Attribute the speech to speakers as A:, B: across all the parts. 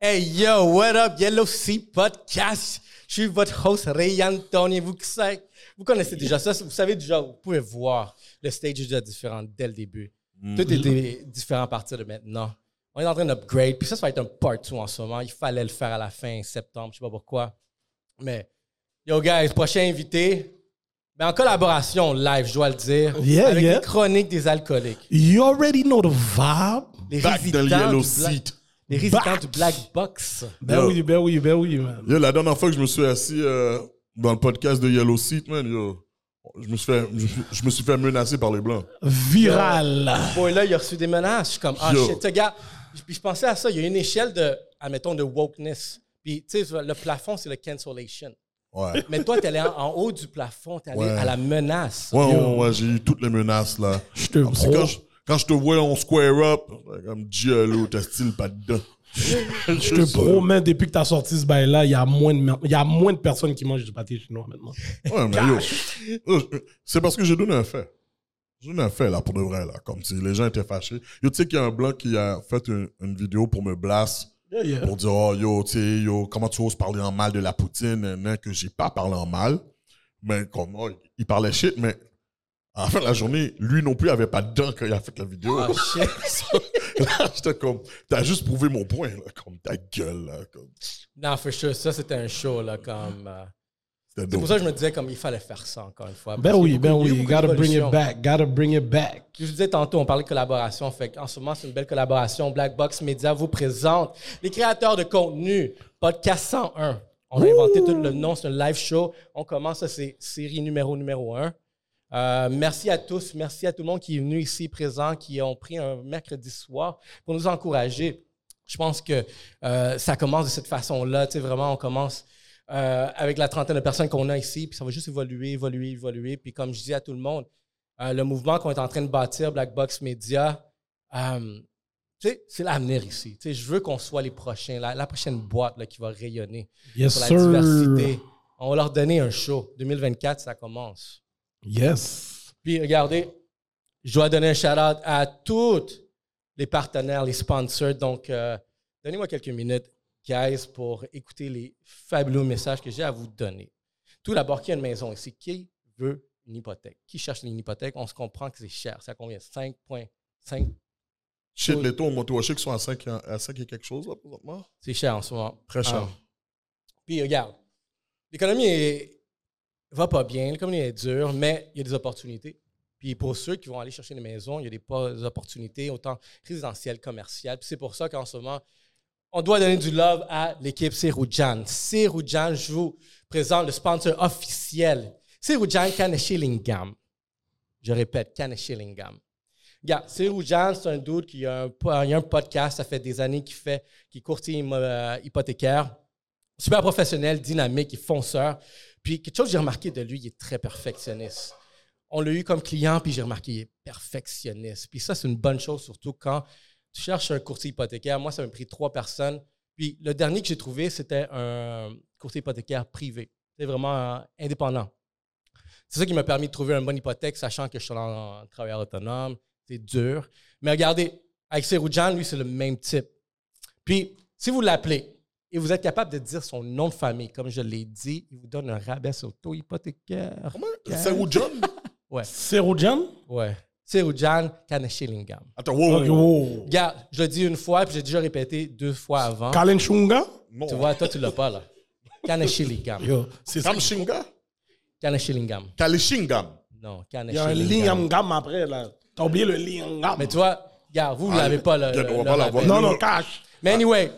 A: Hey yo, what up, Yellow Sea Podcast? Je suis votre host, Ray Anthony. Vous, sa- vous connaissez déjà ça, vous savez déjà, vous pouvez voir le stage est déjà différent dès le début. Tout est dé- différent à partir de maintenant. On est en train d'upgrade, puis ça, ça va être un part 2 en ce moment. Il fallait le faire à la fin septembre, je sais pas pourquoi. Mais yo, guys, prochain invité, mais en collaboration live, je dois le dire,
B: Yeah,
A: avec
B: yeah.
A: les chroniques des alcooliques.
B: You already know the vibe.
A: Les
C: Back dans le
A: résidents
C: yellow
A: du Black-
C: seat.
A: Les résidents
B: Back.
A: du Black Box.
B: Ben
C: Yo.
B: oui, ben oui, ben oui, man.
C: Yo, la dernière fois que je me suis assis euh, dans le podcast de Yellow Seat, man, yo, je me suis fait, je, je me suis fait menacer par les blancs.
B: Viral.
A: Boy, là, il a reçu des menaces. Je suis comme, ah
C: Yo.
A: shit, gars. Puis je pensais à ça. Il y a une échelle de, admettons, de wokeness. Puis, tu sais, le plafond, c'est le cancellation.
C: Ouais.
A: Mais toi, t'es allé en, en haut du plafond, t'es allé
C: Ouais.
A: à la menace.
C: Ouais, ouais, ouais, j'ai eu toutes les menaces, là.
B: Je te
C: C'est quand
B: bro.
C: je, quand je te vois, on square up. ouais, Comme Diallo, t'as style pas dedans.
B: Je te promets, depuis que t'as sorti ce bail-là, il y, a moins de mer- il y a moins de personnes qui mangent du pâté chinois maintenant.
C: Ouais, mais yo, yo, je- c'est parce que j'ai donné un fait. J'ai donné un fait, là, pour de vrai, là. Comme si les gens étaient fâchés. Yo, tu sais qu'il y a un blanc qui a fait une, une vidéo pour me blast.
B: Yeah, yeah.
C: pour dire oh, yo, tu sais, yo, comment tu oses parler en mal de la poutine, nan, nan, que j'ai pas parlé en mal. Mais comme oh, il parlait shit, mais à la fin de la journée, lui non plus avait pas de dents quand il a fait la vidéo.
A: Ah, shit.
C: là, j'étais comme, t'as juste prouvé mon point, là, comme ta gueule, là, comme,
A: Non, for sure. Ça, c'était un show, là, comme. euh,
C: c'était
A: c'est pour
C: dope.
A: ça que je me disais, comme, il fallait faire ça encore une fois.
B: Ben oui, ben
A: Parce qu'il y a
B: oui.
A: beaucoup
B: Gotta bring
A: d'évolution.
B: it back. Gotta bring it back.
A: Je vous disais tantôt, on parlait de collaboration. Fait en ce moment, c'est une belle collaboration. Black Box Media vous présente les créateurs de contenu, Podcast 101. On a inventé tout le nom, c'est un live show. On commence, ça, c'est série numéro numéro 1. merci à tous, merci à tout le monde qui est venu ici présent, qui ont pris un mercredi soir pour nous encourager. Je pense que euh, ça commence de cette façon-là. Tu sais, vraiment, on commence euh, avec la trentaine de personnes qu'on a ici, puis ça va juste évoluer, évoluer, évoluer. Puis comme je dis à tout le monde, euh, le mouvement qu'on est en train de bâtir, Black Box Media, euh, tu sais, c'est l'avenir ici. Tu sais, je veux qu'on soit les prochains, la, la prochaine boîte là, qui va rayonner
B: Yes,
A: sur la
B: sir.
A: diversité. On va leur donner un show. 2024, ça commence.
B: Yes.
A: Puis regardez, je dois donner un shout-out à tous les partenaires, les sponsors. Donc, euh, donnez-moi quelques minutes, guys, pour écouter les fabuleux messages que j'ai à vous donner. Tout d'abord, qui a une maison ici? Qui veut une hypothèque? Qui cherche une hypothèque? On se comprend que c'est cher. C'est à combien? 5,5.
C: Shit, les taux au Montéwashik sont à 5, à 5 et quelque chose, là, présentement.
A: C'est cher en ce moment.
C: Très cher.
A: Ah. Puis regarde, l'économie est- va pas bien, l'économie est dure, mais il y a des opportunités. Puis pour ceux qui vont aller chercher des maisons, il y a des, pas- des opportunités, autant résidentielles, commerciales. Puis c'est pour ça qu'en ce moment, on doit donner du love à l'équipe Seroujan. Seroujan, je vous présente le sponsor officiel. Seroujan Kaneshillingham. Je répète, Kaneshillingham. Regarde, Seroujan, c'est un dude qui a un, po- il a un podcast, ça fait des années qu'il fait, qui est courtier immo- euh, hypothécaire. Super professionnel, dynamique et fonceur. Puis quelque chose que j'ai remarqué de lui, il est très perfectionniste. On l'a eu comme client, puis j'ai remarqué qu'il est perfectionniste. Puis ça, c'est une bonne chose, surtout quand tu cherches un courtier hypothécaire. Moi, ça m'a pris trois personnes. Puis le dernier que j'ai trouvé, c'était un courtier hypothécaire privé. C'est vraiment euh, indépendant. C'est ça qui m'a permis de trouver une bonne hypothèque, sachant que je suis en travailleur autonome. C'est dur. Mais regardez, avec Seroujan, lui, c'est le même type. Puis, si vous l'appelez et vous êtes capable de dire son nom de famille, comme je l'ai dit, il vous donne un rabais sur le taux hypothécaire.
C: C'est où John?
B: Serojan?
A: Ouais. Seroujan Kaneshilingam.
C: Attends, wow, wow, wow.
B: Yo.
A: Regarde, je le dis une fois, puis j'ai déjà répété deux fois avant.
B: Kalen Shunga?
C: Non.
A: Tu vois, toi, tu l'as pas, là. Kaneshilingam.
B: Yo. C'est ça.
C: Kamshinga?
A: Kaneshilingam.
C: Kalishingam.
A: Non,
B: Il y a un
A: Kaneshilingam.
B: lingam après, là. T'as oublié le lingam.
A: Mais tu vois, regarde, vous, vous
B: Ah,
A: l'avez pas, là.
C: regarde, on va
A: le
C: pas
A: rabais.
C: l'avoir.
B: Non, non, cash.
A: Mais anyway,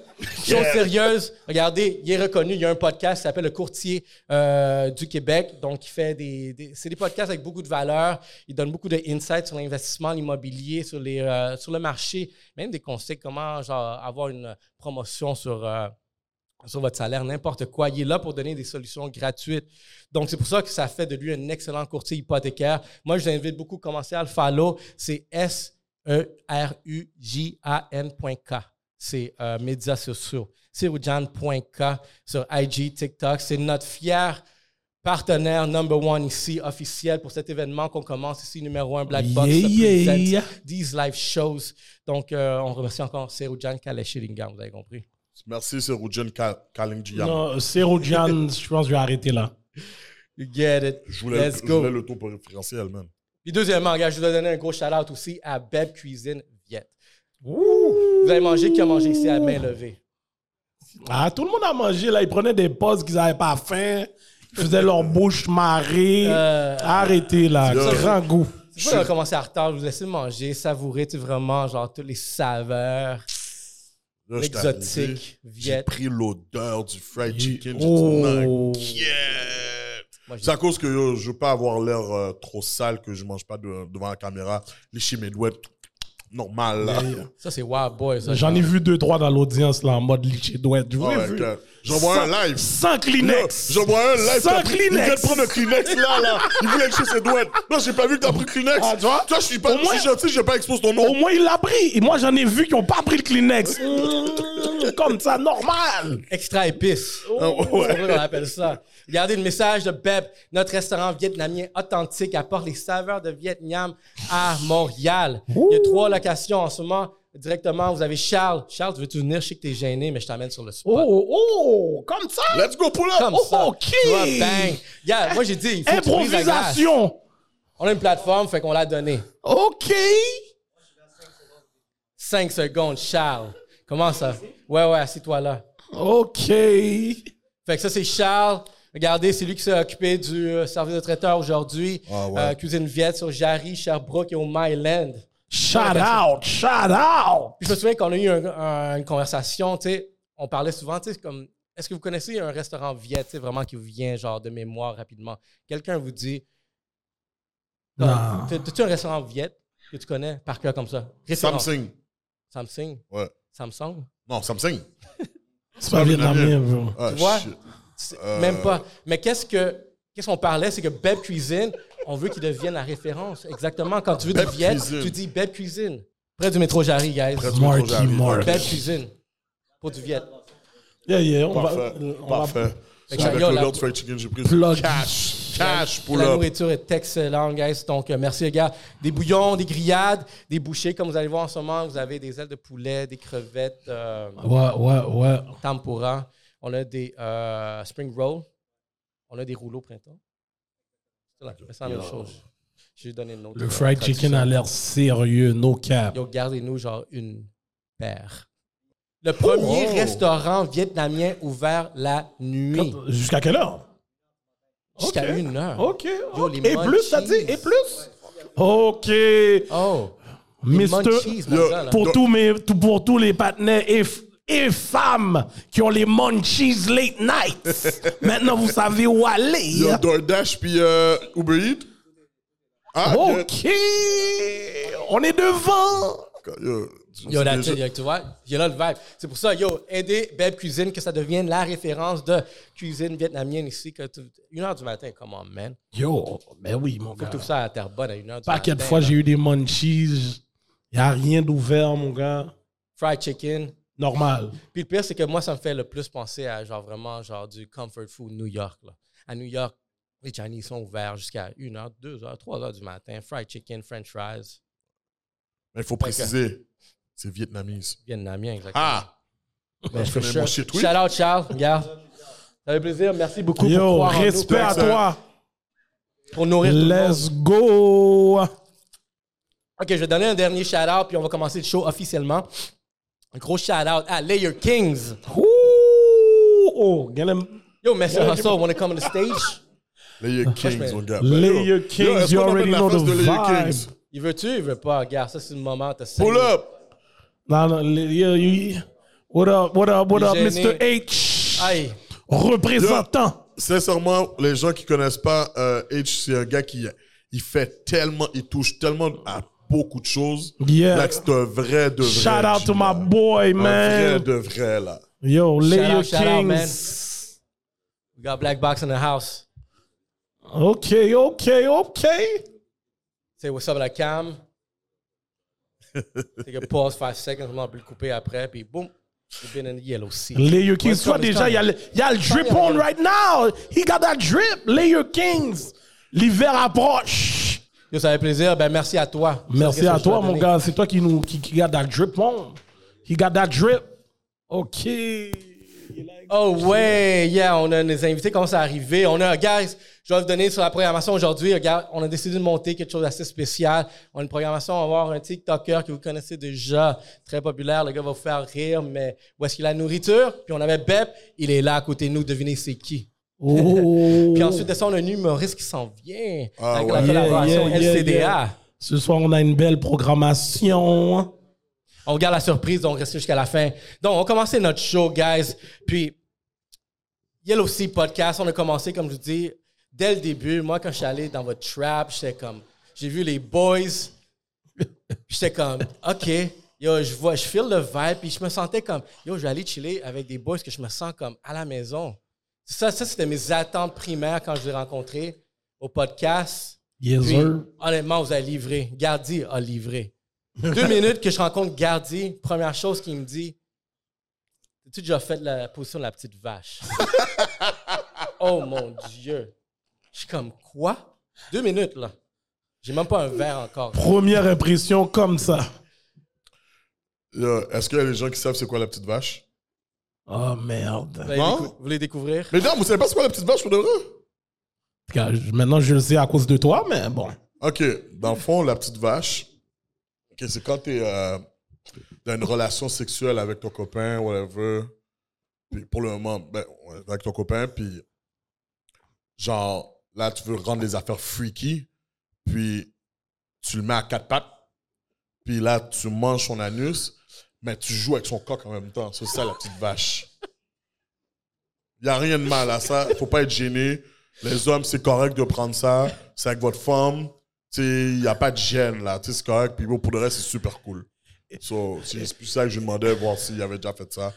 A: chose sérieuse, regardez, il est reconnu, il y a un podcast qui s'appelle Le Courtier euh, du Québec. Donc, il fait des, des- c'est des podcasts avec beaucoup de valeur. Il donne beaucoup de insights sur l'investissement, l'immobilier, sur, les, euh, sur le marché, même des conseils, comment genre, avoir une promotion sur, euh, sur votre salaire, n'importe quoi. Il est là pour donner des solutions gratuites. Donc, c'est pour ça que ça fait de lui un excellent courtier hypothécaire. Moi, je vous invite beaucoup à commencer à le follow. C'est S-E-R-U-J-A-N.K. C'est euh, médias sociaux. Siroujan.k sur IG, TikTok. C'est notre fier partenaire number one ici, officiel, pour cet événement qu'on commence ici, numéro un, Black Box.
B: Yeah,
A: se présente.
B: yeah.
A: These live shows. Donc, euh, on remercie encore Seroujan Kaleshilingam, vous avez compris.
C: Merci, c'est Rujan Kalingjian.
B: Non, Zero Jan, je pense que je vais arrêter là.
A: You get it.
C: Je voulais,
A: Let's
C: je
A: go.
C: voulais le ton pour référencer elle-même.
A: Puis deuxièmement, gars, je dois donner un gros shout-out aussi à Beb Cuisine Viette.
B: Ouh.
A: Vous avez mangé qui a mangé ici à main levée.
B: Ah, tout le monde a mangé là. Ils prenaient des pauses qu'ils n'avaient pas faim. Ils faisaient leur bouche marrer.
A: Euh,
B: Arrêtez là.
C: Yo.
B: Grand goût.
A: Je vais commencer à retard, je vous laisser manger, savourer, tu sais, vraiment, genre, toutes les saveurs
C: Là, j'étais arrivé,
A: exotiques,
C: J'ai
A: viettes.
C: pris l'odeur du fried chicken. J'ai
B: Oh.
C: dit, yeah!
A: Moi, j'ai-
C: C'est à cause que yo, je veux pas avoir l'air euh, trop sale que je mange pas de- devant la caméra. Lécher mes doigts, normal. Là.
A: Ça, c'est Wild Boy, ça.
B: J'en ai vu deux, trois dans l'audience là en mode liché douette. Je vous ai
C: Ouais,
B: vu.
C: que- J'envoie un live.
B: Sans Kleenex.
C: Yo, J'envoie un live.
B: Sans
C: t'as pris- Il vient de
B: Kleenex.
C: prendre un Kleenex là, là. Il voulait lécher ses doigts. Non, j'ai pas vu que t'as pris Kleenex.
B: Ah, tu vois?
C: Toi, je suis
B: Au
C: pas
B: moins-
C: je suis gentil, j'ai pas exposé ton nom.
B: Au moins, il l'a pris. Et moi, j'en ai vu qui n'ont pas pris le Kleenex. Mmh, Comme ça, normal.
A: Extra épice.
B: Oh.
C: Ah, ouais.
A: C'est vrai qu'on appelle ça. Regardez le message de Beb. Notre restaurant vietnamien authentique apporte les saveurs de Vietnam à Montréal. Il y a trois locations en ce moment. Directement, vous avez Charles. Charles, veux-tu venir? Je sais que t'es gêné, mais je t'amène sur le spot.
B: Oh, oh, comme ça.
C: Let's go, pull up. Oh!
A: Comme ça.
B: ok.
A: Tu vois, bang. Regarde, moi, j'ai dit, il faut que tu brises la glace.
B: Improvisation.
A: On a une plateforme, fait qu'on l'a donnée.
B: Ok.
A: 5 secondes, Charles. Comment ça? Ouais, ouais, assieds-toi là.
B: Ok.
A: Fait que ça, c'est Charles. Regardez, c'est lui qui s'est occupé du euh, service de traiteur aujourd'hui.
C: Ah ouais.
A: Euh, cuisine Viette sur Jarry, Sherbrooke et au Myland.
B: Shout out. Shout out.
A: Puis je me souviens qu'on a eu un- un- une conversation, tu sais, on parlait souvent, tu sais, comme, est-ce que vous connaissez un restaurant Viette, tu sais, vraiment qui vous vient, genre, de mémoire rapidement? Quelqu'un vous dit,
B: Non.
A: tu un restaurant Viette que tu connais par cœur comme ça? Restaurant.
C: Samsung.
A: Samsung.
C: Ouais.
A: Samsung.
C: Non, Samsung.
B: C'est pas vietnamien, bro.
C: Ah,
A: Tu vois?
C: shit.
A: C'est-
C: Euh.
A: Même pas. Mais qu'est-ce que qu'est-ce qu'on parlait, c'est que Beb Cuisine, on veut qu'il devienne la référence. Exactement. Quand tu veux du
C: Beb
A: Viette,
C: Cuisine.
A: tu dis Beb Cuisine. Près du métro Jarry, guys.
C: Près du-
B: Marky Mark.
A: Beb Cuisine. Pour du Viette.
B: Yeah, yeah, on va,
C: Parfait.
B: on va
C: Parfait.
A: Fait que
C: Avec
A: yo, la-
C: l'odeur du fried chicken, j'ai pris
B: plug.
C: cash. Cash, pull
A: La
C: up.
A: nourriture est excellente, guys. Donc, euh, merci, les gars. Des bouillons, des grillades, des bouchées, comme vous allez voir en ce moment. Vous avez des ailes de poulet, des crevettes, euh,
B: Ouais, ouais, ouais.
A: tempura. On a des euh, spring rolls. On a des rouleaux printemps. C'est la- C'est la même chose. Je vais donner le nom.
B: Le fried chicken a l'air sérieux, no cap.
A: Yo, gardez-nous genre une paire. Le premier
B: Oh!
A: restaurant vietnamien ouvert la nuit.
B: Jusqu'à quelle heure?
A: Jusqu'à
B: Ok.
A: une heure.
B: Ok.
A: Yo,
B: ok.
A: les
B: Et plus, t'as dit?
A: munchies.
B: Et plus? Ok.
A: Oh! Les
B: Mister,
A: munchies, mon
C: Yo,
A: gars, là.
B: pour tous mes tout- pour tous les partenaires et, f- et femmes qui ont les munchies late night. Maintenant vous savez où aller.
C: Yo, DoorDash puis euh, Uber Eats. Ah,
B: OK. On est devant.
C: yo, yo, tu-
A: Yo, that's
C: déjà-
A: it, yo, tu vois, yo, là le vibe. C'est pour ça, yo, aidez Beb Cuisine que ça devienne la référence de cuisine vietnamienne ici. Que tu- une heure du matin, comment, man?
B: Yo, ben oui mon
A: Faut
B: gars.
A: trouve ça à terre bonne à une heure du
B: Paquet
A: matin.
B: de fois
A: ben là.
B: j'ai eu des munchies. Y a rien d'ouvert mon gars.
A: Fried chicken.
B: Normal.
A: Puis le pire, c'est que moi, ça me fait le plus penser à genre vraiment genre du comfort food New York. Là. À New York, les Chinese sont ouverts jusqu'à 1h, 2h, 3h du matin. Fried chicken, french fries,
C: Mais il faut préciser, c'est vietnamese.
A: vietnamien, exactement.
C: Ah,
A: Mais
C: je
A: for
C: connais
A: sure.
C: mon shit, oui.
A: Shout out, Charles. Regarde. Ça fait plaisir. Merci beaucoup pour
B: Yo,
A: croire en nous,
B: respect à
A: pour-
B: toi.
A: Pour nourrir tout le monde.
B: Let's go.
A: OK, je vais donner un dernier shout-out, puis on va commencer le show officiellement. Un gros shout-out à Layer Kings.
B: Ouh, oh, gagne-
A: Yo, Mr. Hustle, wanna come on the stage?
C: Layer Kings, mon gars.
B: Ah, Layer
C: Yo,
B: Kings,
C: est-ce
B: you
C: qu'on
B: already
C: emmène la
B: know
C: face
B: the
C: de Layer
B: vibe.
C: Kings?
A: Il veut-tu? Il veut pas. Regarde, ça, c'est le moment. T'as cinq
C: Pull up.
B: Non, non, les- yo, yo, what up, what up, what up,
A: Les
B: Mr.
A: gênés.
B: H.
A: Aïe.
B: Représentant.
C: Sincèrement, les gens qui connaissent pas euh, H, c'est un gars qui il fait tellement, il touche tellement à beaucoup de choses.
B: Yeah.
C: Là, c'est un vrai de vrai.
B: Shout out
C: G,
B: to
C: là.
B: my boy,
C: Un vrai
B: man.
C: de vrai, là.
B: Yo, Layer
A: out, shout out, man.
B: Kings.
A: We got Black Box in the house.
B: Ok, ok, ok.
A: Say what's up à la cam. Take a pause, five seconds. On peut le couper après, puis boum. You've been in the yellow seat.
B: Layer Kings,
A: What's
B: toi
A: coming,
B: déjà, il y a le y a le drip on right now. He got that drip. Layer Kings. L'hiver approche.
A: Yo, ça fait plaisir. Ben, merci à toi.
B: Merci
A: Ça,
B: à
A: je te
B: toi,
A: l'ai
B: mon
A: donné.
B: gars. C'est toi qui nous, qui, qui got that drip on. He got that drip. OK.
A: Oh ouais, yeah, on a des invités qui commencent à arriver. On a, guys, je vais vous donner sur la programmation aujourd'hui. Regarde, on a décidé de monter quelque chose d'assez spécial. On a une programmation, on va avoir un TikToker que vous connaissez déjà, très populaire. Le gars va vous faire rire, mais où est-ce qu'il a la nourriture? Puis on avait Bep, il est là à côté de nous, devinez c'est qui.
B: Oh.
A: Puis ensuite de ça, on a un humoriste qui s'en vient
C: Ah
A: avec
C: ouais.
A: la
C: Yeah,
A: collaboration
B: yeah, yeah,
A: LCDA.
B: yeah. Ce soir, on a une belle programmation.
A: On regarde la surprise, donc restez jusqu'à la fin. Donc, on commençait notre show, guys. Puis, Yellow Sea Podcast, on a commencé, comme je vous dis, dès le début. Moi, quand je suis allé dans votre trap, j'étais comme, j'ai vu les boys. J'étais comme, OK, yo, je vois, je feel le vibe. Puis, je me sentais comme, yo, je vais aller chiller avec des boys que je me sens comme à la maison. Ça, ça c'était mes attentes primaires quand je vous ai rencontrés au podcast.
B: Yes,
A: Puis,
B: sir.
A: honnêtement, vous avez livré. Gardi a livré. Deux minutes que je rencontre Gardi, première chose qu'il me dit As-tu déjà fait la position de la petite vache Oh mon Dieu Je suis comme quoi Deux minutes là. J'ai même pas un verre encore.
B: Première impression comme ça.
C: Yo, Est-ce qu'il y a des gens qui savent c'est quoi la petite vache?
B: Oh merde.
A: Vous voulez
C: Bon.
A: décou- vous voulez découvrir
C: Mais non, vous savez pas c'est quoi la petite vache pour de vrai?
B: En tout cas, je- Maintenant, je le sais à cause de toi, mais bon.
C: OK. Dans le fond, la petite vache, ok, c'est quand t'es euh, dans une relation sexuelle avec ton copain, whatever. Puis pour le moment, ben, ouais, avec ton copain, puis genre, là, tu veux rendre les affaires freaky, puis tu le mets à quatre pattes, puis là, tu manges son anus, mais tu joues avec son coq en même temps. C'est ça, la petite vache. Il n'y a rien de mal à ça. faut pas être gêné. Les hommes, c'est correct de prendre ça. C'est avec votre femme. Il n'y a pas de gêne, là. Tu sais, C'est correct. Puis bon, pour le reste, c'est super cool. So, c'est c'est pour ça que je lui demandais voir s'il avait déjà fait ça.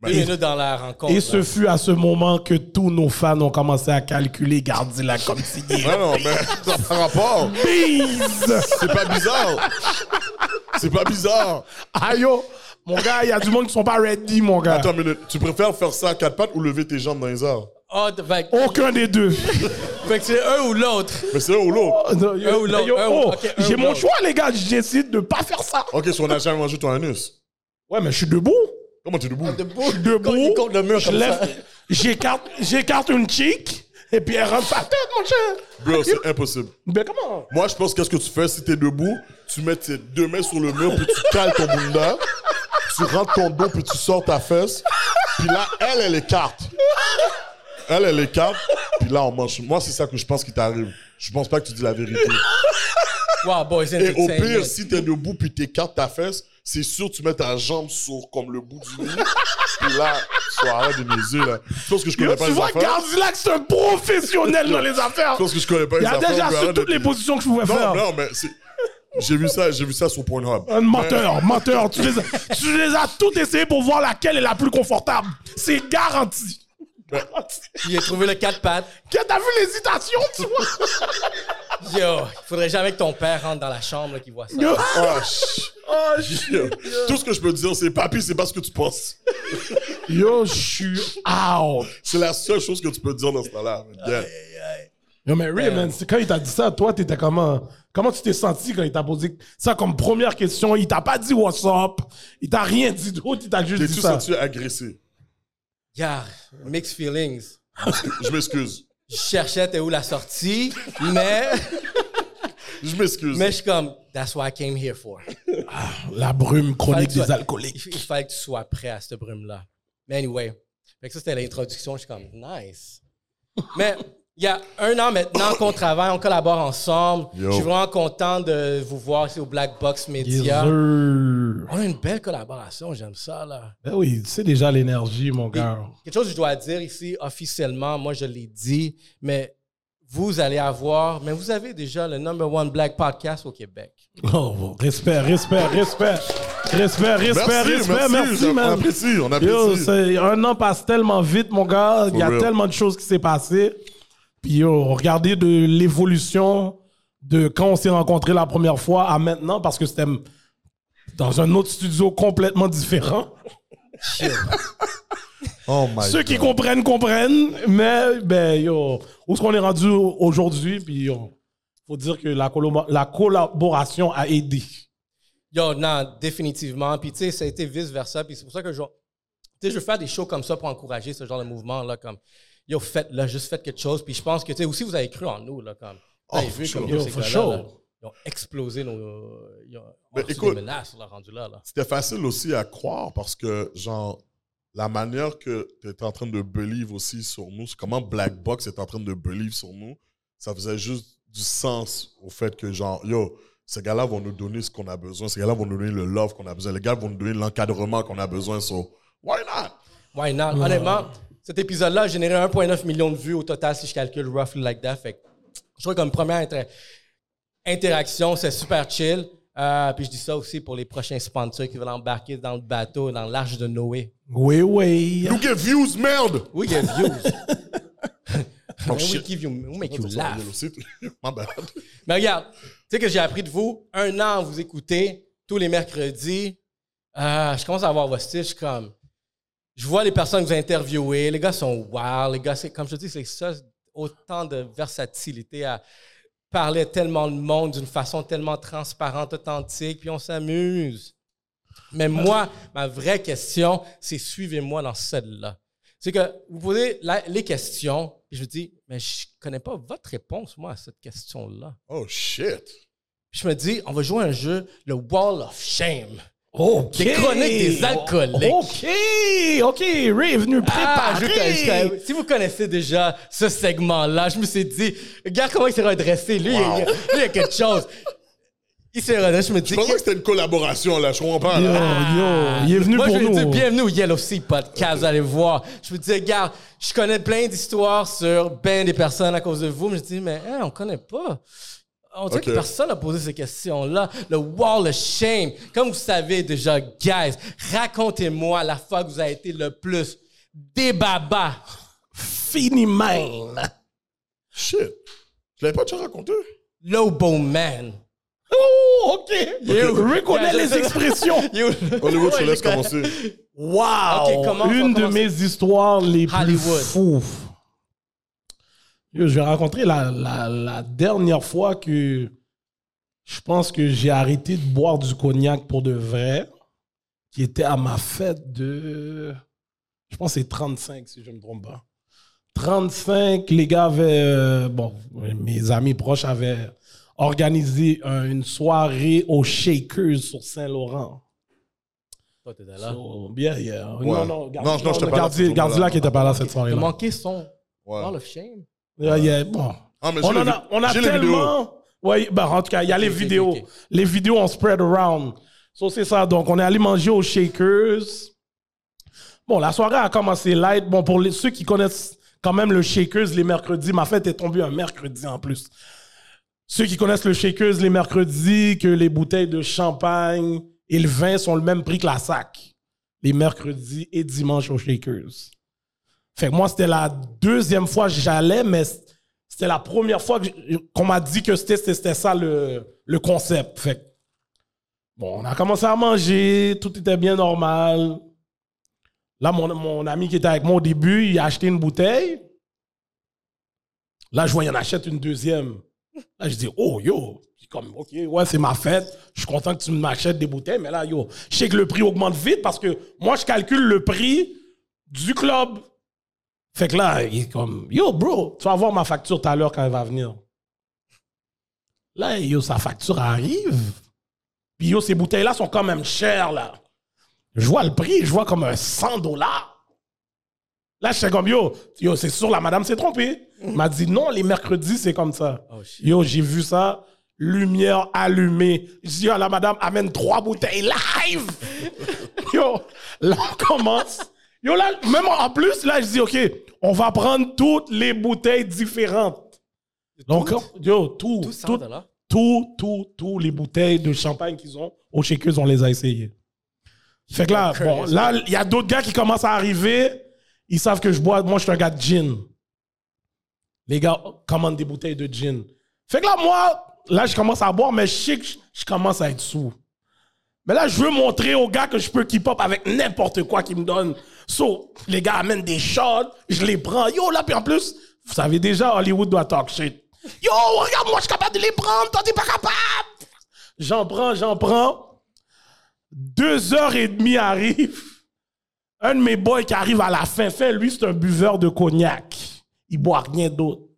C: Mais-
A: Deux minutes dans la rencontre.
B: Et
A: là.
B: ce fut à ce moment que tous nos fans ont commencé à calculer Gardila comme si
C: Ouais, non, mais ça n'a pas rapport. C'est pas bizarre. C'est pas bizarre.
B: Ah yo, mon gars, il y a du monde qui sont pas ready, mon gars.
C: Attends une minute. Tu préfères faire ça à quatre pattes ou lever tes jambes dans les airs?
A: Ah, de- fait,
B: Aucun des deux.
A: fait que c'est un ou l'autre.
C: Mais c'est un ou l'autre.
B: Non, yo,
A: Un ou l'autre,
B: yo,
A: un ou-
B: oh,
A: ok, un
B: J'ai
A: ou
B: mon
A: l'autre.
B: choix, les gars. Je décide de pas faire ça.
C: Ok, si on n'a jamais mangé ton anus.
B: Ouais, mais je suis debout.
C: Comment tu es debout?
B: Je suis debout.
A: Ah, il compte le mur
B: je
A: comme
B: lève-
A: ça.
B: J'écarte, j'écarte une cheek et puis elle rentre sa tête, mon cher.
C: Bro, c'est impossible.
B: Mais comment
C: Moi, je pense qu'est-ce que tu fais si t'es debout, tu mets tes deux mains sur le mur, puis tu cales ton bunda, tu rentres ton dos, puis tu sors ta fesse, puis là, elle, elle écarte. Elle, elle écarte, puis là, on mange. Moi, c'est ça que je pense qui t'arrive. Je pense pas que tu dis la vérité.
A: Wow, boy,
C: Et au pire,
A: entertainment.
C: si t'es debout, puis t'écartes ta fesse, c'est sûr tu mets ta jambe sur comme le bout du nez, puis là, tu arrêtes de niaiser, là. Je pense que je connais
B: Yo,
C: pas
B: Tu
C: les
B: vois,
C: affaires.
B: Gardila, c'est un professionnel dans les affaires.
C: Je pense que je connais pas
B: Il
C: les
B: y a
C: affaires.
B: déjà
C: mais
B: sur
C: arrête de
B: toutes les
C: niaiser.
B: positions que je pouvais
C: Non,
B: faire.
C: non, mais c'est- j'ai vu ça, j'ai vu ça sur Pornhub.
B: Un menteur, menteur. Tu les, as, tu les as toutes essayées pour voir laquelle est la plus confortable. C'est garanti. Garanti.
A: Puis il a trouvé le quatre pattes.
B: Quand T'as vu l'hésitation, tu vois?
A: Yo, il faudrait jamais que ton père rentre dans la chambre là, qu'il voit ça.
B: Yo.
C: Oh, ch-
B: Oh,
C: Yeah. Tout ce que je peux dire, c'est papy, c'est pas ce que tu penses.
B: Yo, je suis out.
C: C'est la seule chose que tu peux dire dans ce temps-là.
B: Ah,
C: Yeah.
B: Yo, mais Ray, man, c'est quand il t'a dit ça, toi, t'étais comment? Comment tu t'es senti quand il t'a posé ça comme première question? Il t'a pas dit what's up. Il t'a rien dit d'autre. Il t'a juste dit
C: T'es-tu
B: ça.
C: senti agressé?
A: Yeah, mixed feelings.
C: Je m'excuse.
A: Je cherchais t'es où la sortie, mais,
C: Je m'excuse.
A: mais je suis comme, that's what I came here for.
B: La brume
A: Fallait
B: chronique
A: que tu
B: des
A: sois-
B: alcooliques.
A: Il, il fallait que tu sois prêt à cette brume-là. Mais anyway, fait que ça c'était l'introduction, je suis comme, nice. Mais il y a un an maintenant qu'on travaille, on collabore ensemble.
C: Yo.
A: Je suis vraiment content de vous voir ici au Black Box
B: Yes,
A: Media.
B: sir.
A: On a une belle collaboration, j'aime ça là.
B: Ben oui, c'est déjà l'énergie, mon
A: Puis,
B: gars.
A: quelque chose que je dois dire ici officiellement, moi je l'ai dit, mais vous allez avoir, mais vous avez déjà le number one black podcast au Québec.
B: Oh, respect, respect, respect. Respect, respect,
C: merci,
B: respect. Merci,
C: on
B: man.
C: apprécie, on
B: Yo,
C: apprécie.
B: c'est- un an passe tellement vite, mon gars. Il y a
C: real.
B: tellement de choses qui s'est passé. Puis, yo, regardez de l'évolution de quand on s'est rencontrés la première fois à maintenant, parce que c'était dans un autre studio complètement différent.
C: oh my
B: Ceux qui comprennent, comprennent. Mais, ben, yo, où est-ce qu'on est rendu aujourd'hui? Puis, yo, faut dire que la, collo- la collaboration a aidé.
A: Yo, non, définitivement. Puis, tu sais, ça a été vice-versa. Puis, c'est pour ça que je, Tu sais, je veux faire des shows comme ça pour encourager ce genre de mouvement-là, comme, yo, faites-le, juste faites quelque chose. Puis je pense que, tu sais, aussi, vous avez cru en nous, là, comme, vous avez
C: Oh,
A: vu
C: for
A: comme,
C: sure.
A: yo,
B: Yo,
A: ces
B: for
A: gars-là,
B: sure.
A: là, ils ont explosé nos... Ils ont
C: Mais
A: reçu
C: écoute-
A: des menaces, là, rendu là, là.
C: C'était facile aussi à croire parce que, genre, la manière que tu étais en train de believe aussi sur nous, c'est comment Black Box est en train de believe sur nous, ça faisait juste du sens au fait que, genre, yo, ces gars-là vont nous donner ce qu'on a besoin, ces gars-là vont nous donner le love qu'on a besoin, les gars vont nous donner l'encadrement qu'on a besoin, so, why not?
A: Why not? Honnêtement, cet épisode-là a généré 1,9 million de vues au total, si je calcule roughly like that. Fait que je trouve que comme première inter- interaction, c'est super chill. Euh, puis je dis ça aussi pour les prochains sponsors qui veulent embarquer dans le bateau, dans l'arche de Noé.
B: Oui, oui.
C: You get views, merde!
A: We give views.
C: Oh,
A: And we
C: shit.
A: give you, we make you
C: Ça, ça
A: laugh.
C: m'engueule aussi. My bad.
A: Mais regarde, tu sais que j'ai appris de vous, un an à vous écouter, tous les mercredis. Ah, je commence à avoir votre style, je suis comme. Je vois les personnes que vous interviewez, les gars sont wow, les gars, c'est comme je te dis, c'est ça, autant de versatilité à parler à tellement de monde d'une façon tellement transparente, authentique, puis on s'amuse. Mais moi, ma vraie question, c'est suivez-moi dans celle-là. C'est que vous posez la- les questions, puis je vous dis, mais je connais pas votre réponse, moi, à cette question-là.
C: Oh, shit.
A: Puis je me dis, on va jouer à un jeu, le Wall of Shame.
B: OK.
A: Des chroniques des alcooliques.
B: OK, OK. Ray est venu
A: Ah, je-
B: préparer.
A: je- je- si vous connaissez déjà ce segment-là, je me suis dit, regarde comment il s'est redressé. Lui, il, y a- lui, il y a quelque chose. Il s'est redressé, je me dis.
C: Je pensais que c'était une collaboration, là, je comprends pas,
B: yo,
C: là.
B: yo, il est venu
A: Ah. Moi,
B: pour
A: je lui ai dit,
B: nous.
A: bienvenue au Yellow Sea Podcast, vous allez voir. Je me dis, regarde, je connais plein d'histoires sur ben des personnes à cause de vous, mais je dis, mais hein, on connaît pas. On dirait que
C: Ok.
A: personne n'a posé ces questions-là. Le wall of shame. Comme vous savez déjà, guys, racontez-moi la fois que vous avez été le plus des babas.
B: Fini man.
C: Shit. Je l'avais pas déjà raconté.
A: Lobo Man.
B: Oh, OK. Ray
A: Yeah,
B: connaît
A: je
B: les
A: sais.
B: expressions.
A: You-
C: Hollywood, je te
A: Ouais,
C: laisse
A: je connais.
C: commencer.
B: Wow!
A: Ok, commence, on
B: Une de
A: commence.
B: mes histoires les
A: Hollywood.
B: plus fous. Yo, je vais raconter la, la- la dernière fois que je pense que j'ai arrêté de boire du cognac pour de vrai, qui était à ma fête de. Je pense que c'est 35, si je ne me trompe pas. 35, les gars avaient. euh, bon, mes amis proches avaient organisé un- une soirée au Shakers sur Saint-Laurent.
A: Toi, t'étais là.
B: So, bien, yeah. Non,
C: Ouais.
B: non, garde,
C: Non, non, j'étais pas là pour ce
B: Gardi- Gardiola
C: moment-là.
B: qui était pas là cette
A: Il a
B: soirée-là.
A: manqué son
C: Ouais.
A: Wall of Shame.
B: Yeah, yeah, bon.
C: Ah, mais
B: On
C: j'ai
B: en
C: les
B: a,
C: vi-
B: on a
C: j'ai les vidéos.
B: tellement. Oui, bah, en tout cas, il y a les
A: ok,
B: vidéos.
A: ok.
B: Les vidéos, on spread around. So, c'est ça. Donc, on est allé manger au Shakers. Bon, la soirée a commencé light. Bon, pour les, ceux qui connaissent quand même le Shakers, les mercredis, ma fête est tombée un mercredi en plus. Ceux qui connaissent le Shakers, les mercredis, que les bouteilles de champagne et le vin sont le même prix que la sac. Les mercredis et dimanches au Shakers. Fait que moi, c'était la deuxième fois que j'allais, mais c'était la première fois que j- qu'on m'a dit que c'était- c'était c'était ça le, le concept. Fait que, bon, on a commencé à manger, tout était bien normal. Là, mon, mon ami qui était avec moi au début, il a acheté une bouteille. Là, je vois, il en achète une deuxième. Là, je dis, oh, yo, Puis comme, ok, ouais, c'est ma fête. Je suis content que tu m'achètes des bouteilles, mais là, yo, je sais que le prix augmente vite parce que moi, je calcule le prix du club. Fait que là, il est comme, yo, bro, tu vas voir ma facture tout à l'heure quand elle va venir. Là, yo, sa facture arrive. Puis yo, ces bouteilles-là sont quand même chères, là. Je vois le prix, je vois comme un 100 dollars. Là, je suis comme, yo, yo c'est sûr, la madame s'est trompée. Elle m'a dit, non, les mercredis, c'est comme ça.
A: Oh, shit.
B: Yo, j'ai vu ça, lumière allumée. Je dis, yo, la madame amène trois bouteilles live. yo, là, on commence. Yo, là, même en plus, là, je dis, OK, on va prendre toutes les bouteilles différentes. Donc, yo, tout,
A: Tout
B: tout,
A: 100 dollars.
B: tout, tout, tout les bouteilles de champagne qu'ils ont au Shakers, on les a essayées. Fait que là,
A: Shakers.
B: bon, là, il y a d'autres gars qui commencent à arriver. Ils savent que je bois. Moi, je suis un gars de gin. Les gars commandent des bouteilles de gin. Fait que là, moi, là, je commence à boire, mais je sais que je- je commence à être sous. Mais là, je veux montrer aux gars que je peux keep up avec n'importe quoi qu'ils me donnent. So, les gars amènent des shots, je les prends. Yo, là, puis en plus, vous savez déjà, Hollywood doit talk shit. Yo, regarde, moi, je suis capable de les prendre, toi, t'es pas capable. J'en prends, j'en prends. Deux heures et demie arrivent. Un de mes boys qui arrive à la fin, fin, lui, c'est un buveur de cognac. Il boit rien d'autre.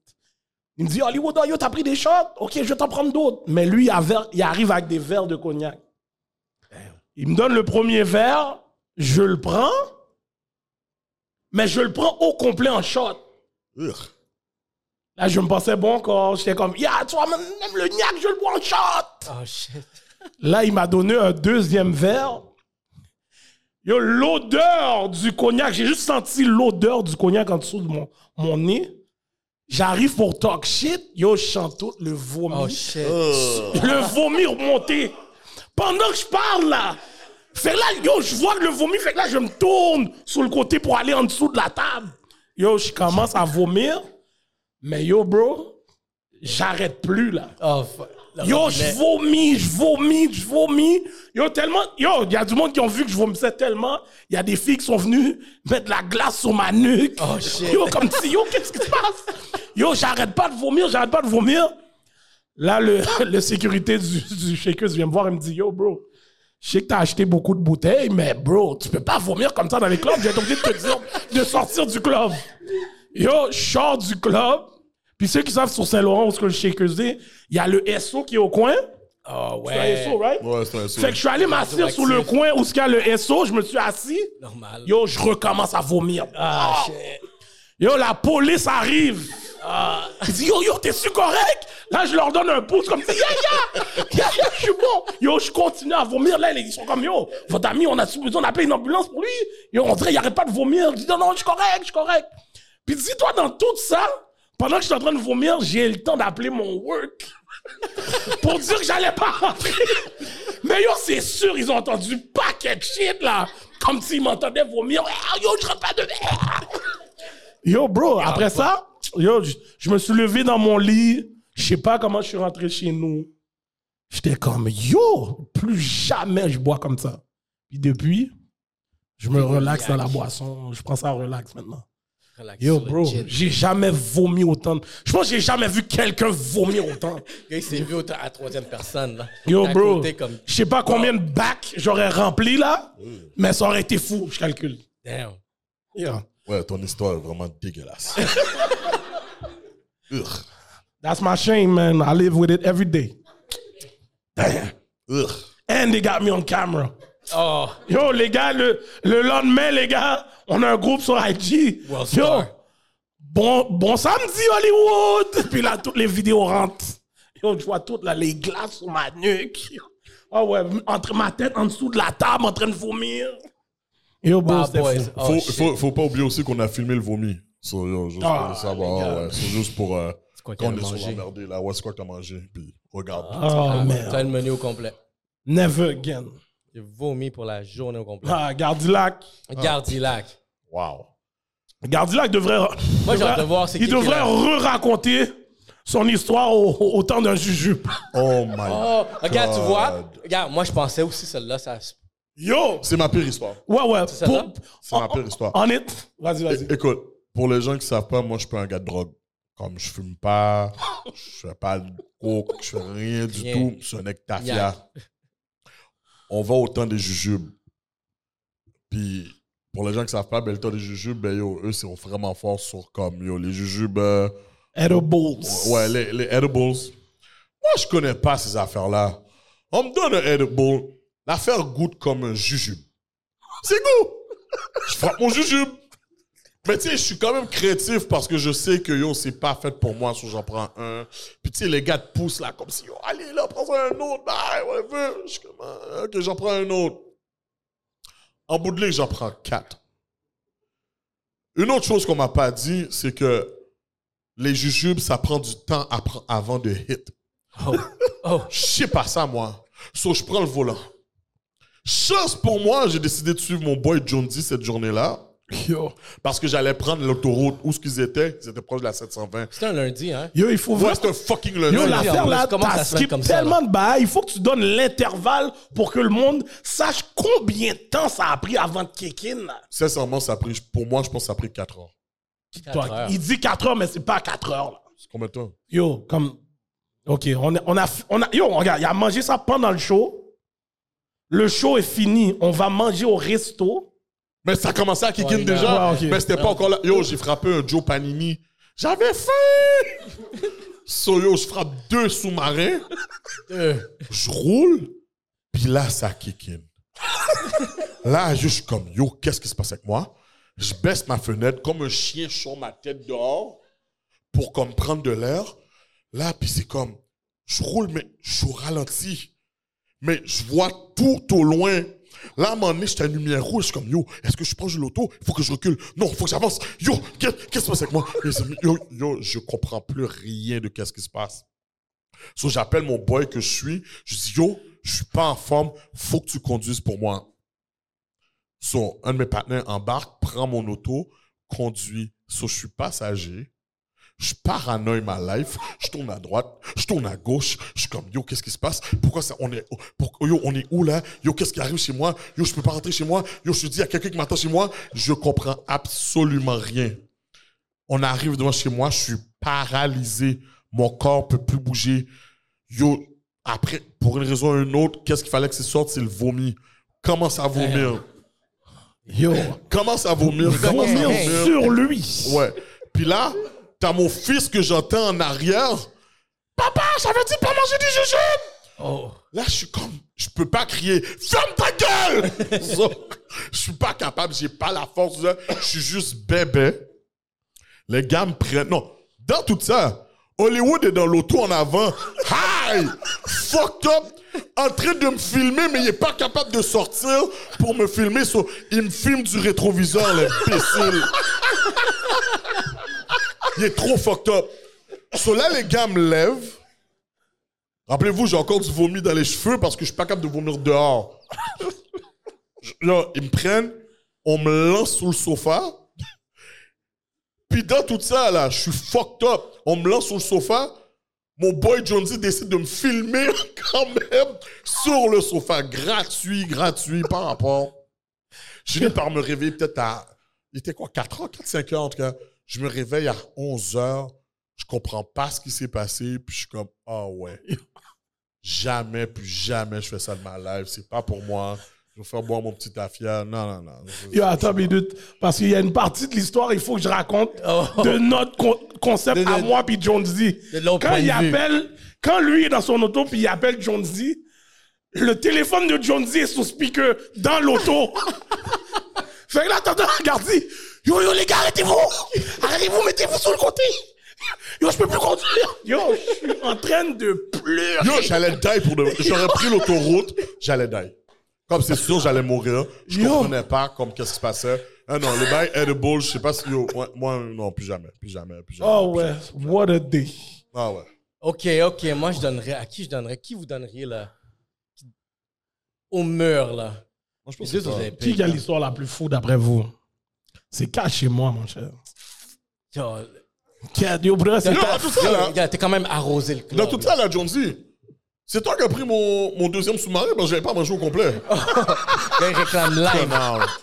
B: Il me dit, Hollywood, oh, yo, t'as pris des shots? Ok, je vais t'en prendre d'autres. Mais lui, il a ver- il arrive avec des verres de cognac. Il me donne le premier verre, je le prends, mais je le prends au complet en shot.
C: Urgh.
B: Là, je me pensais bon encore. J'étais comme, yeah, toi, même même le gnac, je le bois en shot.
A: Oh shit.
B: Là, il m'a donné un deuxième verre. Yo, l'odeur du cognac. J'ai juste senti l'odeur du cognac en dessous de mon, mon nez. J'arrive pour talk shit. Yo, je sens tout le vomi.
A: Oh shit.
C: Euh,
B: le vomi remonté. Pendant que je parle, là. Fait que là, yo, je vois le vomi. Fait que là, je me tourne sur le côté pour aller en dessous de la table. Yo, je commence à vomir. Mais yo, bro, j'arrête plus, là.
A: Oh fuck. Le
B: Yo, je
A: robinet.
B: vomis, je vomis, je vomis. Yo, tellement. Yo, il y a du monde qui ont vu que je vomissais tellement. Il y a des filles qui sont venues mettre de la glace sur ma nuque.
A: Oh, shit.
B: Yo, comme si, yo, qu'est-ce qui se passe? Yo, j'arrête pas de vomir, j'arrête pas de vomir. Là, le, le sécurité du, du Shakers vient me voir et me dit Yo, bro, je sais que t'as acheté beaucoup de bouteilles, mais bro, tu peux pas vomir comme ça dans les clubs. J'ai été obligé de te dire de sortir du club. Yo, je sors du club. Puis ceux qui savent sur Saint-Laurent, où ce que le Shakers est, il y a le SO qui est au coin.
A: Oh
B: C'est un SO,
A: ouais.
B: right?
C: Ouais, c'est un saut.
B: Fait que je suis allé m'asseoir sur le coin où ce qu'il y a le SO, je me suis assis.
A: Normal.
B: Yo, je recommence à vomir.
A: Ah
B: Ah.
A: shit.
B: Yo, la police arrive. Ah. Ils disent, yo, yo, t'es sûr correct? Là, je leur donne un pouce comme ça. Ya, ya, ya, ya, je suis bon. Yo, je continue à vomir. Là, ils sont comme, yo, votre ami, on a besoin d'appeler une ambulance pour lui. Yo, on dirait, il arrête pas de vomir. Je dis, non, non, je suis correct, je suis correct. Puis dis-toi, dans tout ça, pendant que je suis en train de vomir, j'ai le temps d'appeler mon work pour dire que j'allais pas rentrer. Mais yo, c'est sûr, ils ont entendu paquet de shit, là. Comme s'ils m'entendaient vomir. Ah, yo, je rentre pas de... Yo, bro,
A: Ah,
B: après ça, yo, je, je me suis levé dans mon lit. Je sais pas comment je suis rentré chez nous. J'étais comme, yo, plus jamais je bois comme ça. Puis depuis, je me relaxe dans la boisson. Je prends ça relax maintenant.
A: Relax,
B: Yo,
A: sur le
B: bro,
A: gin.
B: j'ai jamais vomi autant. de- Je pense que j'ai jamais vu quelqu'un vomir autant.
A: Le gars, il s'est vu au- à la troisième personne. Là.
B: Yo,
A: À
B: bro,
A: côté, comme, Mm.
B: je sais pas combien de bacs j'aurais rempli là, mais ça aurait été fou, je calcule.
A: damn.
B: Yeah.
C: Ouais, ton histoire est vraiment dégueulasse. Urgh.
B: That's my shame, man. I live with it every day. Damn.
C: Urgh.
B: And they got me on camera.
A: Oh,
B: Yo, les gars, le, le lendemain, les gars, on a un groupe sur IG.
A: World
B: Yo,
A: Star.
B: bon, bon samedi, Hollywood. Puis là, toutes les vidéos rentrent. Yo, je vois toutes là, les glaces sur ma nuque. Ah ouais, entre ma tête en dessous de la table, en train de vomir. Yo, bro,
A: wow,
B: c'était
A: boys.
B: fou.
A: Oh,
C: faut,
A: shit.
C: faut, faut pas oublier aussi qu'on a filmé le vomi. So, yo, juste
B: Ah,
C: pour savoir,
B: les gars.
C: ouais, c'est juste pour euh,
A: quoi qu'il
C: quand
A: a
C: on est sur
A: mangé.
C: emmerdé là, ouais, c'est quoi que t'as mangé, puis regarde.
B: Oh,
A: Ah, T'as
B: man.
A: le menu au complet.
B: Never again.
A: J'ai vomi pour la journée au complet.
B: Ah, Gardilac.
A: Gardilac.
C: Wow.
B: Gardilac devrait.
A: Moi, j'ai hâte
B: devrait-
A: de voir c'est
B: Il
A: qui qui
B: devrait
A: l'a-
B: re-raconter son histoire au, au- au temps d'un juju.
C: Oh my
B: Ah.
A: Oh, regarde, tu
C: God.
A: vois. Regarde, moi, je pensais aussi celle-là. Ça... se-
B: Yo! Ah, oh.
C: C'est ma pire histoire.
B: Ouais, ouais.
A: C'est ça,
B: pour-
A: là?
C: C'est ma pire histoire.
B: On est. Vas-y, vas-y.
C: É- Écoute, pour les gens qui savent pas, moi, je suis pas un gars de drogue. Comme je fume pas, je fais pas de coke, je fais rien du
A: Rien.
C: tout. Je suis un ectafia.
A: Yeah.
C: On va au temps des jujubes. Puis, pour les gens qui savent pas, ben, le temps des jujubes, ben, yo, eux, sont vraiment forts sur comme, yo, les jujubes... euh,
B: Edibles.
C: Ouais, les, les edibles. Moi, je connais pas ces affaires-là. On me donne un edible. L'affaire goûte comme un jujube. C'est goût. Je frappe mon jujube. Mais tu sais, je suis quand même créatif parce que je sais que yo, c'est pas fait pour moi si j'en prends un. Puis tu sais, les gars te poussent là comme si yo, allez là, prends un autre. Ah, whatever. Je suis comme, ah, ok, j'en prends un autre. En bout de ligne, j'en prends quatre. Une autre chose qu'on m'a pas dit, c'est que les jujubes, ça prend du temps à pre- avant de hit.
A: Oh, oh.
C: Je sais pas ça, moi. So, je prends le volant. Chance pour moi, j'ai décidé de suivre mon boy John D cette journée-là.
B: Yo.
C: Parce que j'allais prendre l'autoroute où ce qu'ils étaient. Ils étaient proches de la 720.
A: C'était un lundi, hein.
B: Yo, il faut
C: Ouais,
B: voir.
C: c'est un fucking
B: Yo,
C: lundi.
A: la-
B: l'affaire
A: en
B: là,
A: plus, comment
B: t'as
A: ça se fait
B: skip
A: comme ça,
B: tellement de bails. Il faut que tu donnes l'intervalle pour que le monde sache combien de temps ça a pris avant de kick in. là.
C: Sincèrement, ça a pris, pour moi, je pense que ça a pris 4 heures.
A: Quatre
B: Toi,
A: heures.
B: il dit 4 heures, mais c'est pas 4 heures. là.
C: C'est combien de temps?
B: Yo, comme. Ok, on a, on a, on a- Yo, regarde, il a mangé ça pendant le show. Le show est fini. On va manger au resto.
C: Mais ça commençait à kick in
A: Ouais,
C: déjà.
B: ouais, ok.
C: Mais c'était pas encore là. Yo, j'ai frappé un Joe Panini. J'avais faim! so, yo, je frappe deux sous-marins.
A: Euh,
C: Je roule. Puis là, ça kick in. là, je suis comme, yo, qu'est-ce qui se passe avec moi? Je baisse ma fenêtre comme un chien, je sors ma tête dehors pour comme prendre de l'air. Là, puis c'est comme, je roule, mais je suis au ralenti. Mais je vois tout au loin. Là, à un moment donné, j'étais à une lumière rouge. Je suis comme, yo, est-ce que je suis proche de l'auto? Il faut que je recule. Non, il faut que j'avance. Yo, qu'est- qu'est-ce qui se passe avec moi? Et c'est- Yo, yo, je comprends plus rien de qu'est-ce qui se passe. So, j'appelle mon boy que je suis. Je dis, yo, je suis pas en forme. Faut que tu conduises pour moi. So, un de mes partenaires embarque, prend mon auto, conduit. So, je suis passager. Je paranoïe ma life. Je tourne à droite, je tourne à gauche. Je suis comme, yo, qu'est-ce qui se passe? Pourquoi ça, on est, pour- yo, on est où là? Yo, qu'est-ce qui arrive chez moi? Yo, je peux pas rentrer chez moi. Yo, je te dis, il y a quelqu'un qui m'attend chez moi. Je comprends absolument rien. On arrive devant chez moi, je suis paralysé. Mon corps peut plus bouger. Yo, après, pour une raison ou une autre, qu'est-ce qu'il fallait que ça sorte? C'est le vomi. Commence à vomir.
B: Yo.
C: Commence à vomir. Commence à
B: Vomir
C: vomir.
B: sur lui.
C: Ouais. Puis là, t'as mon fils que j'entends en arrière. Papa, j'avais dit pas manger du jujube.
A: oh.
C: Là, je suis comme, je peux pas crier, ferme ta gueule! So, je suis pas capable, j'ai pas la force, là. je suis juste bébé. Les gars me prennent, non, dans tout ça, Hollywood est dans l'auto en avant. Hi! Fucked up! En train de me filmer, mais il est pas capable de sortir pour me filmer. So, il me filme du rétroviseur, l'imbécile. Il est trop fucked up. So là, les gars me lèvent. Rappelez-vous, j'ai encore du vomi dans les cheveux parce que je suis pas capable de vomir dehors. Je- Là, ils me prennent, on me lance sous le sofa. Puis dans tout ça, là, je suis fucked up. On me lance sous le sofa. Mon boy Jonesy décide de me filmer quand même sur le sofa. Gratuit, gratuit, par rapport. Je finis par me réveiller peut-être à... Il était quoi, 4 heures, 4, 5 heures en tout cas. Je me réveille à 11 heures. Je comprends pas ce qui s'est passé. Puis je suis comme, ah ouais. Jamais, plus jamais je fais ça de ma life. C'est pas pour moi. Je vais faire boire mon petit tafia. Non, non, non.
B: Yo, attends une minute. Parce qu'il y a une partie de l'histoire, il faut que je raconte de notre con- concept
A: Oh. De- de-
B: à moi puis Jonesy.
A: de l'autre
B: Quand
A: point
B: il
A: de vue.
B: appelle, quand lui est dans son auto puis il appelle Jonesy, le téléphone de Jonesy est sous speaker dans l'auto. fait que là, t'entends, regarde, dit, yo, yo, les gars, arrêtez-vous! Arrêtez-vous, mettez-vous sur le côté! Yo, je peux plus conduire! Yo, je suis en train de pleurer!
C: Yo, j'allais die pour de J'aurais pris l'autoroute, j'allais die. Comme c'est sûr, j'allais mourir. Je
B: Yo.
C: comprenais pas comme qu'est-ce qui se passait. Ah non, le bail edible, je sais pas si... Yo, moi, moi, non, plus jamais, plus jamais, plus jamais.
B: Oh ouais, what a day!
C: Ah ouais.
A: Ok, ok, moi je donnerais. À qui je donnerais Qui vous donneriez là Au mur là.
C: Moi, je pense
A: Les
C: que
A: autres, vous
C: c'est
A: avez
C: ça.
B: Qui a
A: payé.
B: l'histoire la plus fou d'après vous? C'est cachez-moi, mon cher.
A: Yo,
B: Qui a- Yo, pour de vrai, c'est
C: Yo,
B: ta-
C: tout ça, là.
A: yo, gars, T'es quand même arrosé le club.
C: Dans tout ça, là, Jonesy, c'est toi qui as pris mon, mon deuxième sous-marin parce que j'avais pas mangé au complet.
A: Ah. Gars, il réclame live.
C: Connard.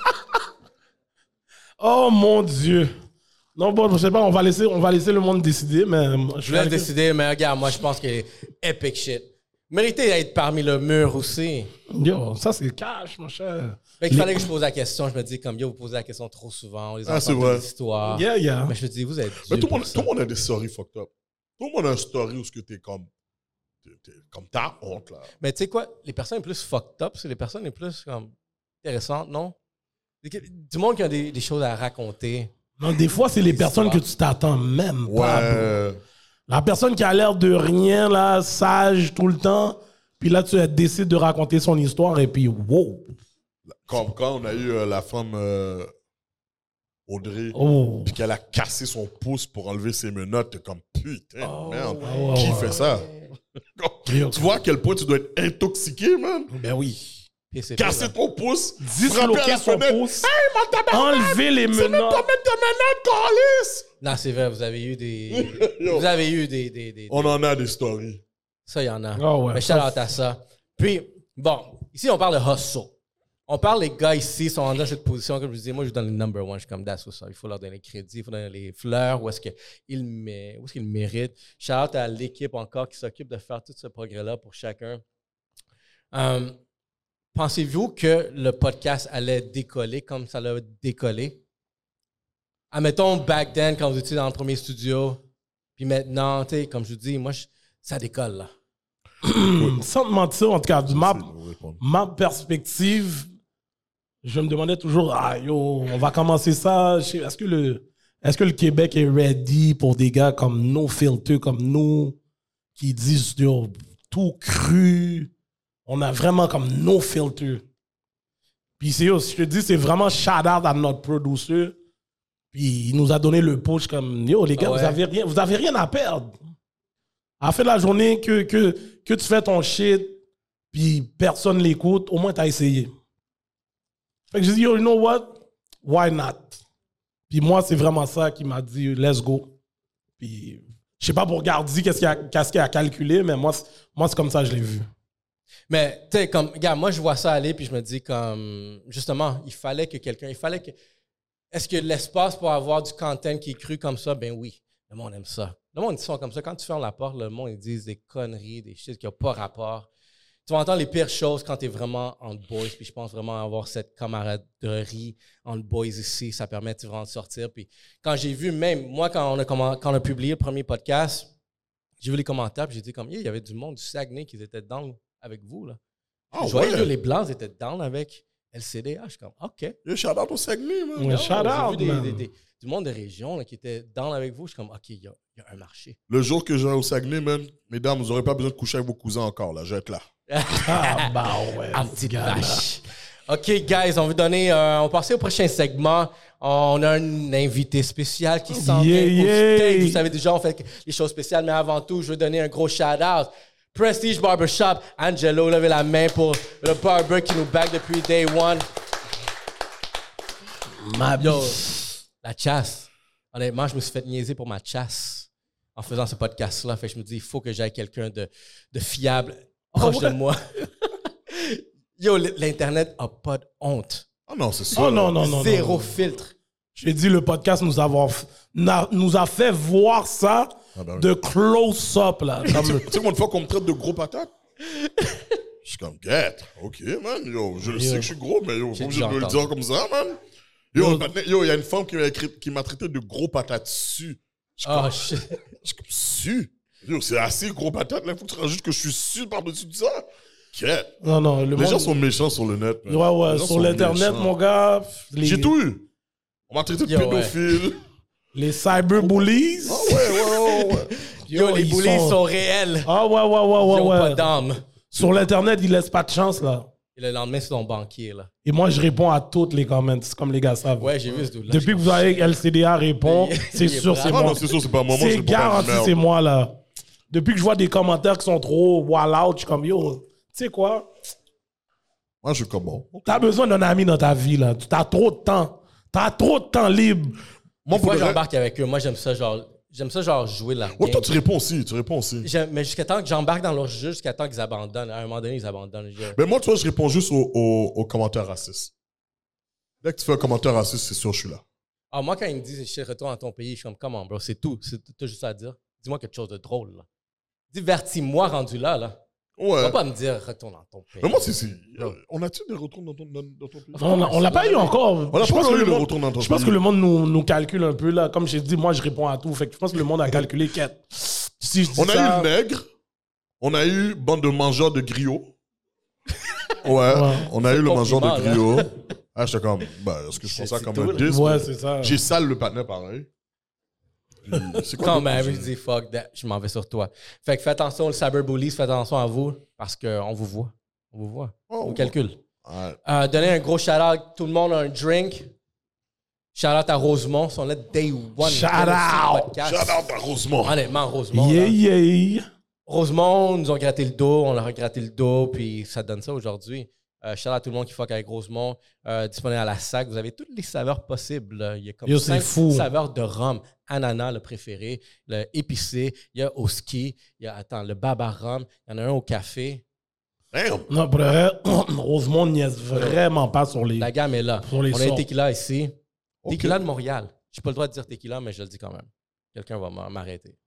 B: Oh mon dieu. Non, bon, je sais pas, on va laisser, on va laisser le monde décider, mais euh,
A: Je
B: je
A: voulais
B: vais
A: le décider, mais regarde, moi je pense que epic shit. Mérité d'être parmi le mur aussi.
B: Yo, ça c'est cash, mon cher.
A: Fait qu'il fallait que je pose la question. Je me dis, comme yo, vous posez la question trop souvent. Les
C: Ah, c'est
A: entend
C: vrai.
A: des histoires.
B: Yeah, yeah.
A: Mais je me dis, vous êtes.
C: Mais
A: durs
C: tout le
A: pour
C: monde,
A: ça.
C: tout le monde a des stories fucked up. Tout le monde a un story où ce que t'es comme. t'es- t'es- comme ta honte, là.
A: Mais tu sais quoi, les personnes les plus fucked up, c'est les personnes les plus comme, intéressantes, non? Du monde qui a des, des choses à raconter.
B: Non, des fois, c'est les personnes que
A: histoires.
B: tu t'attends même pas. bro.
C: Ouais.
B: La personne qui a l'air de rien, là, sage tout le temps, puis là, tu décides de raconter son histoire, et puis wow.
C: Comme quand on a eu euh, la femme euh, Audrey,
B: Oh.
C: puis qu'elle a cassé son pouce pour enlever ses menottes, t'es comme putain, de merde.
B: ouais.
C: Qui fait ça?
B: Yo.
C: tu vois à quel point tu dois être intoxiqué, man.
B: Ben oui.
A: Puis c'est pire,
C: Casser
A: là.
C: ton pouce, frapper
B: Disloquer
C: à
B: son
C: la
B: pouce, Ah,
C: Hey,
B: enlever les
C: ma tabarnak, pas
B: menottes.
C: mettre tes
A: Non, c'est vrai, vous avez eu des.
C: menottes, câlisse! Yo,
A: vous avez eu des. des- des-
C: On en a des stories.
A: Ça, il y en a.
B: Ah ouais,
A: Mais shout
B: ça,
A: out à ça. Puis, bon, ici, on parle de hustle. On parle des gars ici, sont rendus dans cette position, comme je vous dis, moi, je vous donne le number one, je suis comme, that's what's up. Il faut leur donner le crédit, il faut donner les fleurs, où est-ce qu'ils mé- où est-ce qu'ils méritent. Shout out à l'équipe encore qui s'occupe de faire tout ce progrès-là pour chacun. Hum, Pensez-vous que le podcast allait décoller comme ça l'a décollé? Admettons, back then, quand vous étiez dans le premier studio, puis maintenant, tu sais, comme je vous dis, moi, je- ça décolle, là.
B: Sans te mentir, en tout cas, de ma,
C: J'essaie de vous répondre.
B: ma perspective, je me demandais toujours, ah yo, on va commencer ça. Je sais- Est-ce que le, est-ce que le Québec est ready pour des gars comme nos filters, comme nous, qui disent yo, tout cru. On a vraiment comme nos filters. Puis c'est yo, je te dis, c'est vraiment shout out à notre producer. Puis il nous a donné le push comme yo les gars,
A: Ah ouais.
B: vous avez rien, vous avez rien à perdre. À la fin de la journée que que que tu fais ton shit, puis personne l'écoute, au moins t'as essayé. Fait que je dis yo, you know what, why not? Puis moi c'est vraiment ça qui m'a dit let's go. Puis je sais pas pour Gardi qu'est-ce qu'il a, qu'est-ce qu'il a calculé, mais moi c'est- moi c'est comme ça que je l'ai vu.
A: Mais tu sais, comme, regarde, moi, je vois ça aller, puis je me dis, comme, justement, il fallait que quelqu'un, il fallait que. Est-ce que l'espace pour avoir du content qui est cru comme ça? Ben oui, le monde aime ça. Le monde, ils sont comme ça. Quand tu fermes la porte, le monde, ils disent des conneries, des choses qui n'ont pas rapport. Tu vas entendre les pires choses quand tu es vraiment en boys, puis je pense vraiment avoir cette camaraderie en boys ici. Ça permet tu, vraiment de sortir. Puis quand j'ai vu, même moi, quand on a, commen- quand on a publié le premier podcast, j'ai vu les commentaires, puis j'ai dit comme, Yeah, il y avait du monde du Saguenay qui était dedans avec vous. Là.
C: Ah,
A: je voyais
C: ouais.
A: que les Blancs étaient down avec LCDH. Je suis comme, OK. Ah
C: Yo, shout out au Saguenay, man.
B: Ouais. shout
A: j'ai
B: out,
A: vu des-
B: man.
A: des- des- du monde de région là, qui était down avec vous. Je suis comme, OK, il y, a- il y a un marché.
C: Le jour que j'irai au Saguenay, man, mesdames, vous n'aurez pas besoin de coucher avec vos cousins encore, là. Je vais être là.
B: Ah, bah ouais.
A: Ah, petite vache. OK, guys, on va donner. euh, on va passer au prochain segment. On a un invité spécial qui s'en
B: Yeah,
A: vient au
B: yeah.
A: stage. Vous savez déjà, on fait les choses spéciales, mais avant tout, je veux donner un gros shout-out. Prestige Barbershop, Angelo, levez la main pour le barber qui nous back depuis day one.
B: Ma
A: Yo, la chasse. Honnêtement, je me suis fait niaiser pour ma chasse en faisant ce podcast-là. Fait que je me dis, il faut que j'aille quelqu'un de, de fiable, proche
B: Oh, ouais?
A: de moi. Yo, l- l'Internet a pas de honte.
C: Ah non, c'est ça.
B: Oh
C: là.
B: non, non, non.
A: Zéro
B: non.
A: filtre.
B: J'ai dit, le podcast nous, avons, n'a- nous a fait voir ça
C: Ah bah oui.
B: de close-up, là.
C: Tu
B: Comme-
C: sais, moi, une fois qu'on me traite de gros patate, je suis comme, get, ok, man, yo, je le sais que je suis gros, mais yo, faut que je
A: déjà
C: me le
A: entendu.
C: dire comme ça, man. Yo, maintenant, yo, il y a une femme qui m'a écrit- qui m'a traité de gros patate su. Je suis
B: Ah.
A: Oh,
C: comme,
A: shit.
C: je suis comme, su? Yo, c'est assez gros patate, là, faut que tu rajoutes que je suis su par-dessus de ça. Get.
B: non, non, le
C: Les gens
B: monde...
C: sont méchants sur le net, man.
B: Ouais, ouais,
C: Les gens
B: sur
C: sont
B: l'Internet,
C: méchants.
B: mon gars, les,
C: J'ai tout eu. On m'a traité de
A: Yo, ouais.
C: pédophile.
B: les cyberbullies.
C: Ah ouais, ouais, ouais, ouais.
A: Yo, les
B: ils
A: boulets
B: sont-
A: sont réels.
B: Ah ouais, ouais,
A: Ils ont
B: ouais, ouais,
A: pas
B: ouais.
A: d'âme.
B: Sur l'Internet, ils laissent pas de chance, là.
A: Et le lendemain, c'est ton banquier, là.
B: Et moi, je réponds à toutes les comments, comme les gars savent.
A: Ouais, j'ai vu ce dude-là.
B: Ah, Depuis que vous avez LCDA répond,
A: Il est-
B: c'est
A: il est
B: sûr,
A: brave.
B: c'est
C: Ah
B: moi.
C: non, c'est sûr, c'est pas moi. Moi, je
B: C'est
C: réponds pas à
B: garanti,
C: du merde.
B: c'est moi, là. Depuis que je vois des commentaires qui sont trop wild, je suis comme, yo, tu sais quoi?
C: Moi, je oh. comment
B: T'as besoin d'un ami dans ta vie, là. Tu as trop de temps. T'as trop de temps libre.
C: Moi,
A: Moi,
C: de vrai-
A: j'embarque avec eux. Moi, j'aime ça, genre, j'aime ça, genre, jouer la
C: Ouais,
A: game.
C: toi, tu réponds aussi, tu réponds aussi.
A: J'aime- Mais jusqu'à temps que j'embarque dans leur jeu, jusqu'à temps qu'ils abandonnent. À un moment donné, ils abandonnent. Je-
C: Mais moi, toi, je réponds juste aux, aux- aux commentaires racistes. Dès que tu fais un commentaire raciste, c'est sûr, je suis là.
A: Ah, moi, quand ils me disent, je retourne dans ton pays, je suis comme, comment, bro, c'est tout. C'est tout, t'as juste à dire. Dis-moi quelque chose de drôle, là. Divertis-moi rendu là, là.
C: Ouais.
A: Va pas me dire, retourne dans ton pays.
C: Mais moi, c'est. c'est- euh, On a-tu des retours dans ton, dans- dans ton pays
B: On, on l'a pas eu encore.
C: On a
B: Je
C: pas
B: pense
C: encore
B: que
C: eu le
B: monde-
C: retour dans ton
B: Je pense
C: pays.
B: que le monde nous, nous calcule un peu, là. Comme j'ai dit, moi, je réponds à tout. Fait que je pense que le monde a calculé qu'est- Si je dis
C: On a
B: ça-
C: eu le nègre, on a eu bande de mangeurs de griots. Ouais, on a eu le mangeur
A: compliment,
C: de
B: hein.
A: là.
C: griots. Ah, j'étais comme, bah, est-ce que je prends
A: C'est-
C: ça
A: c'est
C: comme
A: tout, là.
C: un disque
B: Ouais, c'est ça.
C: J'ai sale le patinet pareil. Puis, C'est quoi
A: Quand
C: d'autre
A: même,
C: que
A: je dis fuck that, je m'en vais sur toi. Fait que fais attention, le cyberbully, fais attention à vous, parce qu'on vous voit. On vous voit.
C: Oh,
A: on calcule.
B: Ah,
C: Ouais.
A: Euh, donner un gros shout-out, tout le monde a un drink. Shout-out à Rosemont, ils sont là day one.
B: Shout-out.
A: Podcast.
C: Shout-out à Rosemont.
B: Ah.
A: Honnêtement, Rosemont.
B: Yeah,
A: là.
B: yeah.
A: Rosemont nous ont gratté le dos, on leur a gratté le dos, puis ça donne ça aujourd'hui. Euh, shout out à tout le monde qui fuck avec Rosemont. Euh, disponible à la sac, vous avez toutes les saveurs possibles. Il y a comme
B: Yo, c'est
A: cinq
B: fou.
A: saveurs de rhum. Ananas, le préféré, le épicé, il y a au ski, il y a attends, le baba rhum, il y en a un au café.
C: Damn.
B: Non, pour le vrai, Rosemont niaise vraiment pas sur les...
A: La gamme est là.
B: Pour les
A: on a un
B: sorts.
A: tequila ici.
C: Ok.
A: Tequila de Montréal. J'ai pas le droit de dire tequila, mais je le dis quand même. Quelqu'un va m'a- m'arrêter.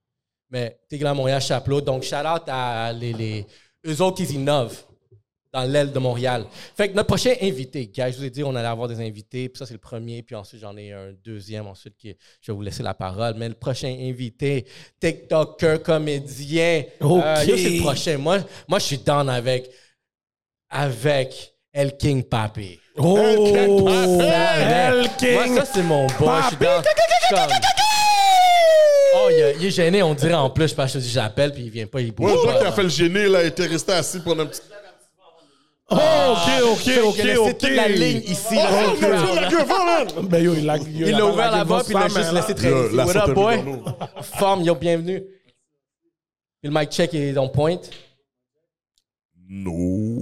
A: Mais tequila Montréal, chapeau. Donc, shout out à les, les- eux autres qui innovent dans l'aile de Montréal. Fait que notre prochain invité, gars, je vous ai dit, on allait avoir des invités, puis ça, c'est le premier, puis ensuite, j'en ai un deuxième, ensuite, qui, est- je vais vous laisser la parole. Mais le prochain invité, TikToker, comédien,
B: Ok.
A: euh, yo, c'est le prochain. Moi, moi, je suis down avec, avec El King Papi.
B: Oh, El King.
A: Moi, ça, c'est mon boy. Je suis down. Je suis comme- Oh, il, a- il est gêné, on dirait en plus, parce que je dis, j'appelle, puis il vient pas, il bouge
C: Ouais, je vois
A: pas. Ah!
C: que t'as fait le gêné, là, il était resté assis pour un petit.
B: Oh, ok, ok,
A: Il a
B: ok,
A: laissé
B: ok.
A: toute la ligne ici. là,
C: Oh,
A: sur le
C: mon
A: crowd,
C: Dieu,
A: là.
C: la gueule, va, man!
B: Ben yo, il a, il a
A: Il a ouvert la voie,
B: voix
A: puis il a juste laissé traîner.
C: Yo,
A: ici.
C: la
A: What up,
C: santé
A: boy?
C: dans
B: oh,
C: nous.
A: Forme, yo, bienvenue. Puis le mic check est on point.
C: Non.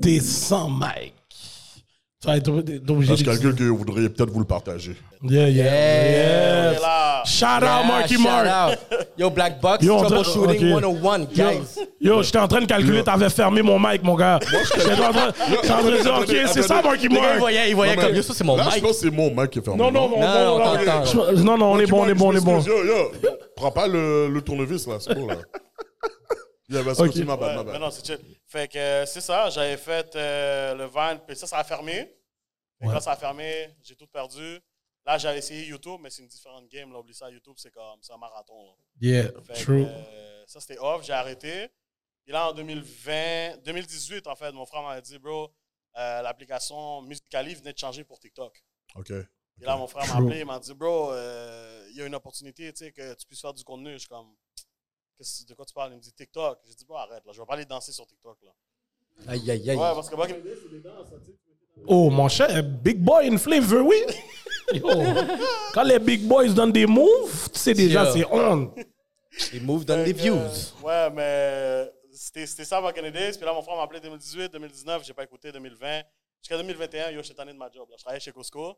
B: Descends, Mike. Tu vas être ob- obligé
C: Là, je
B: de...
C: calcule que vous voudriez peut-être vous le partager.
B: Yeah, yeah,
A: Yeah.
B: yeah.
D: Ah,
B: Shout
A: Yeah,
B: out, Ah, Marky
A: Ah, shout
B: Mark.
A: out. Yo, Black Box,
B: Yo, on dirait-
A: Troubleshooting
B: ok.
A: 101, guys.
B: Yo, j'étais en train de calculer, t'avais fermé mon mic, mon gars. J'étais en train j'étais en train de dire,
C: Attendez,
B: ok, c'est ça,
C: attendez.
B: Marky
A: Les gars, ils
B: Mark.
A: voyaient, ils voyaient
C: Non, mais-
A: comme, yo, ça, c'est mon
C: Là, je
A: mic.
C: pense que c'est mon mic qui est fermé.
B: Non, non, non, non,
A: non,
B: non,
A: attends, attends.
B: non. Je- Non, non, on est bon, on est bon, on est bon.
C: Yo, yo, prends pas le, le tournevis, là, c'est bon, là. Yeah, vas-y,
B: Ok.
C: continue, ma bad,
D: Ouais,
C: ma
D: mais
C: bad.
D: non, c'est chill. Fait que euh, c'est ça, j'avais fait euh, le van, puis ça, ça a fermé. Et quand ça a fermé, j'ai tout perdu. Là, j'avais essayé YouTube, mais c'est une différente game. Là, oublie ça, YouTube, c'est comme c'est un marathon. là.
B: Yeah,
D: Fait que,
B: true.
D: euh, ça, c'était off, j'ai arrêté. Et là, en 2020, 2018, en fait, mon frère m'a dit, bro, euh, l'application Musicali venait de changer pour TikTok.
C: Ok.
D: Et là, mon frère m'a
B: True.
D: appelé, il m'a dit, bro, euh, il y a une opportunité, tu sais, que tu puisses faire du contenu. Je suis comme, Qu'est-ce- de quoi tu parles? Il me dit TikTok. J'ai dit, bro, arrête, là, je vais pas aller danser sur TikTok, là.
A: Aïe, aïe, aïe.
D: Ouais, parce que moi, qui- c'est des danses, ça, tu sais.
B: Oh, mon cher, big boy in flavor, oui. Yo. Quand les big boys donnent des moves, tu sais déjà,
A: Yeah.
B: c'est on.
A: Les moves donnent des
D: Fait que,
A: views.
D: euh, ouais, mais c'était c'était ça, Back in the Days. Puis là, mon frère m'a appelé 2018, 2019, j'ai pas écouté, 2020. Jusqu'à 2021, yo, j'étais tanné de ma job. Là. Je travaillais chez Costco.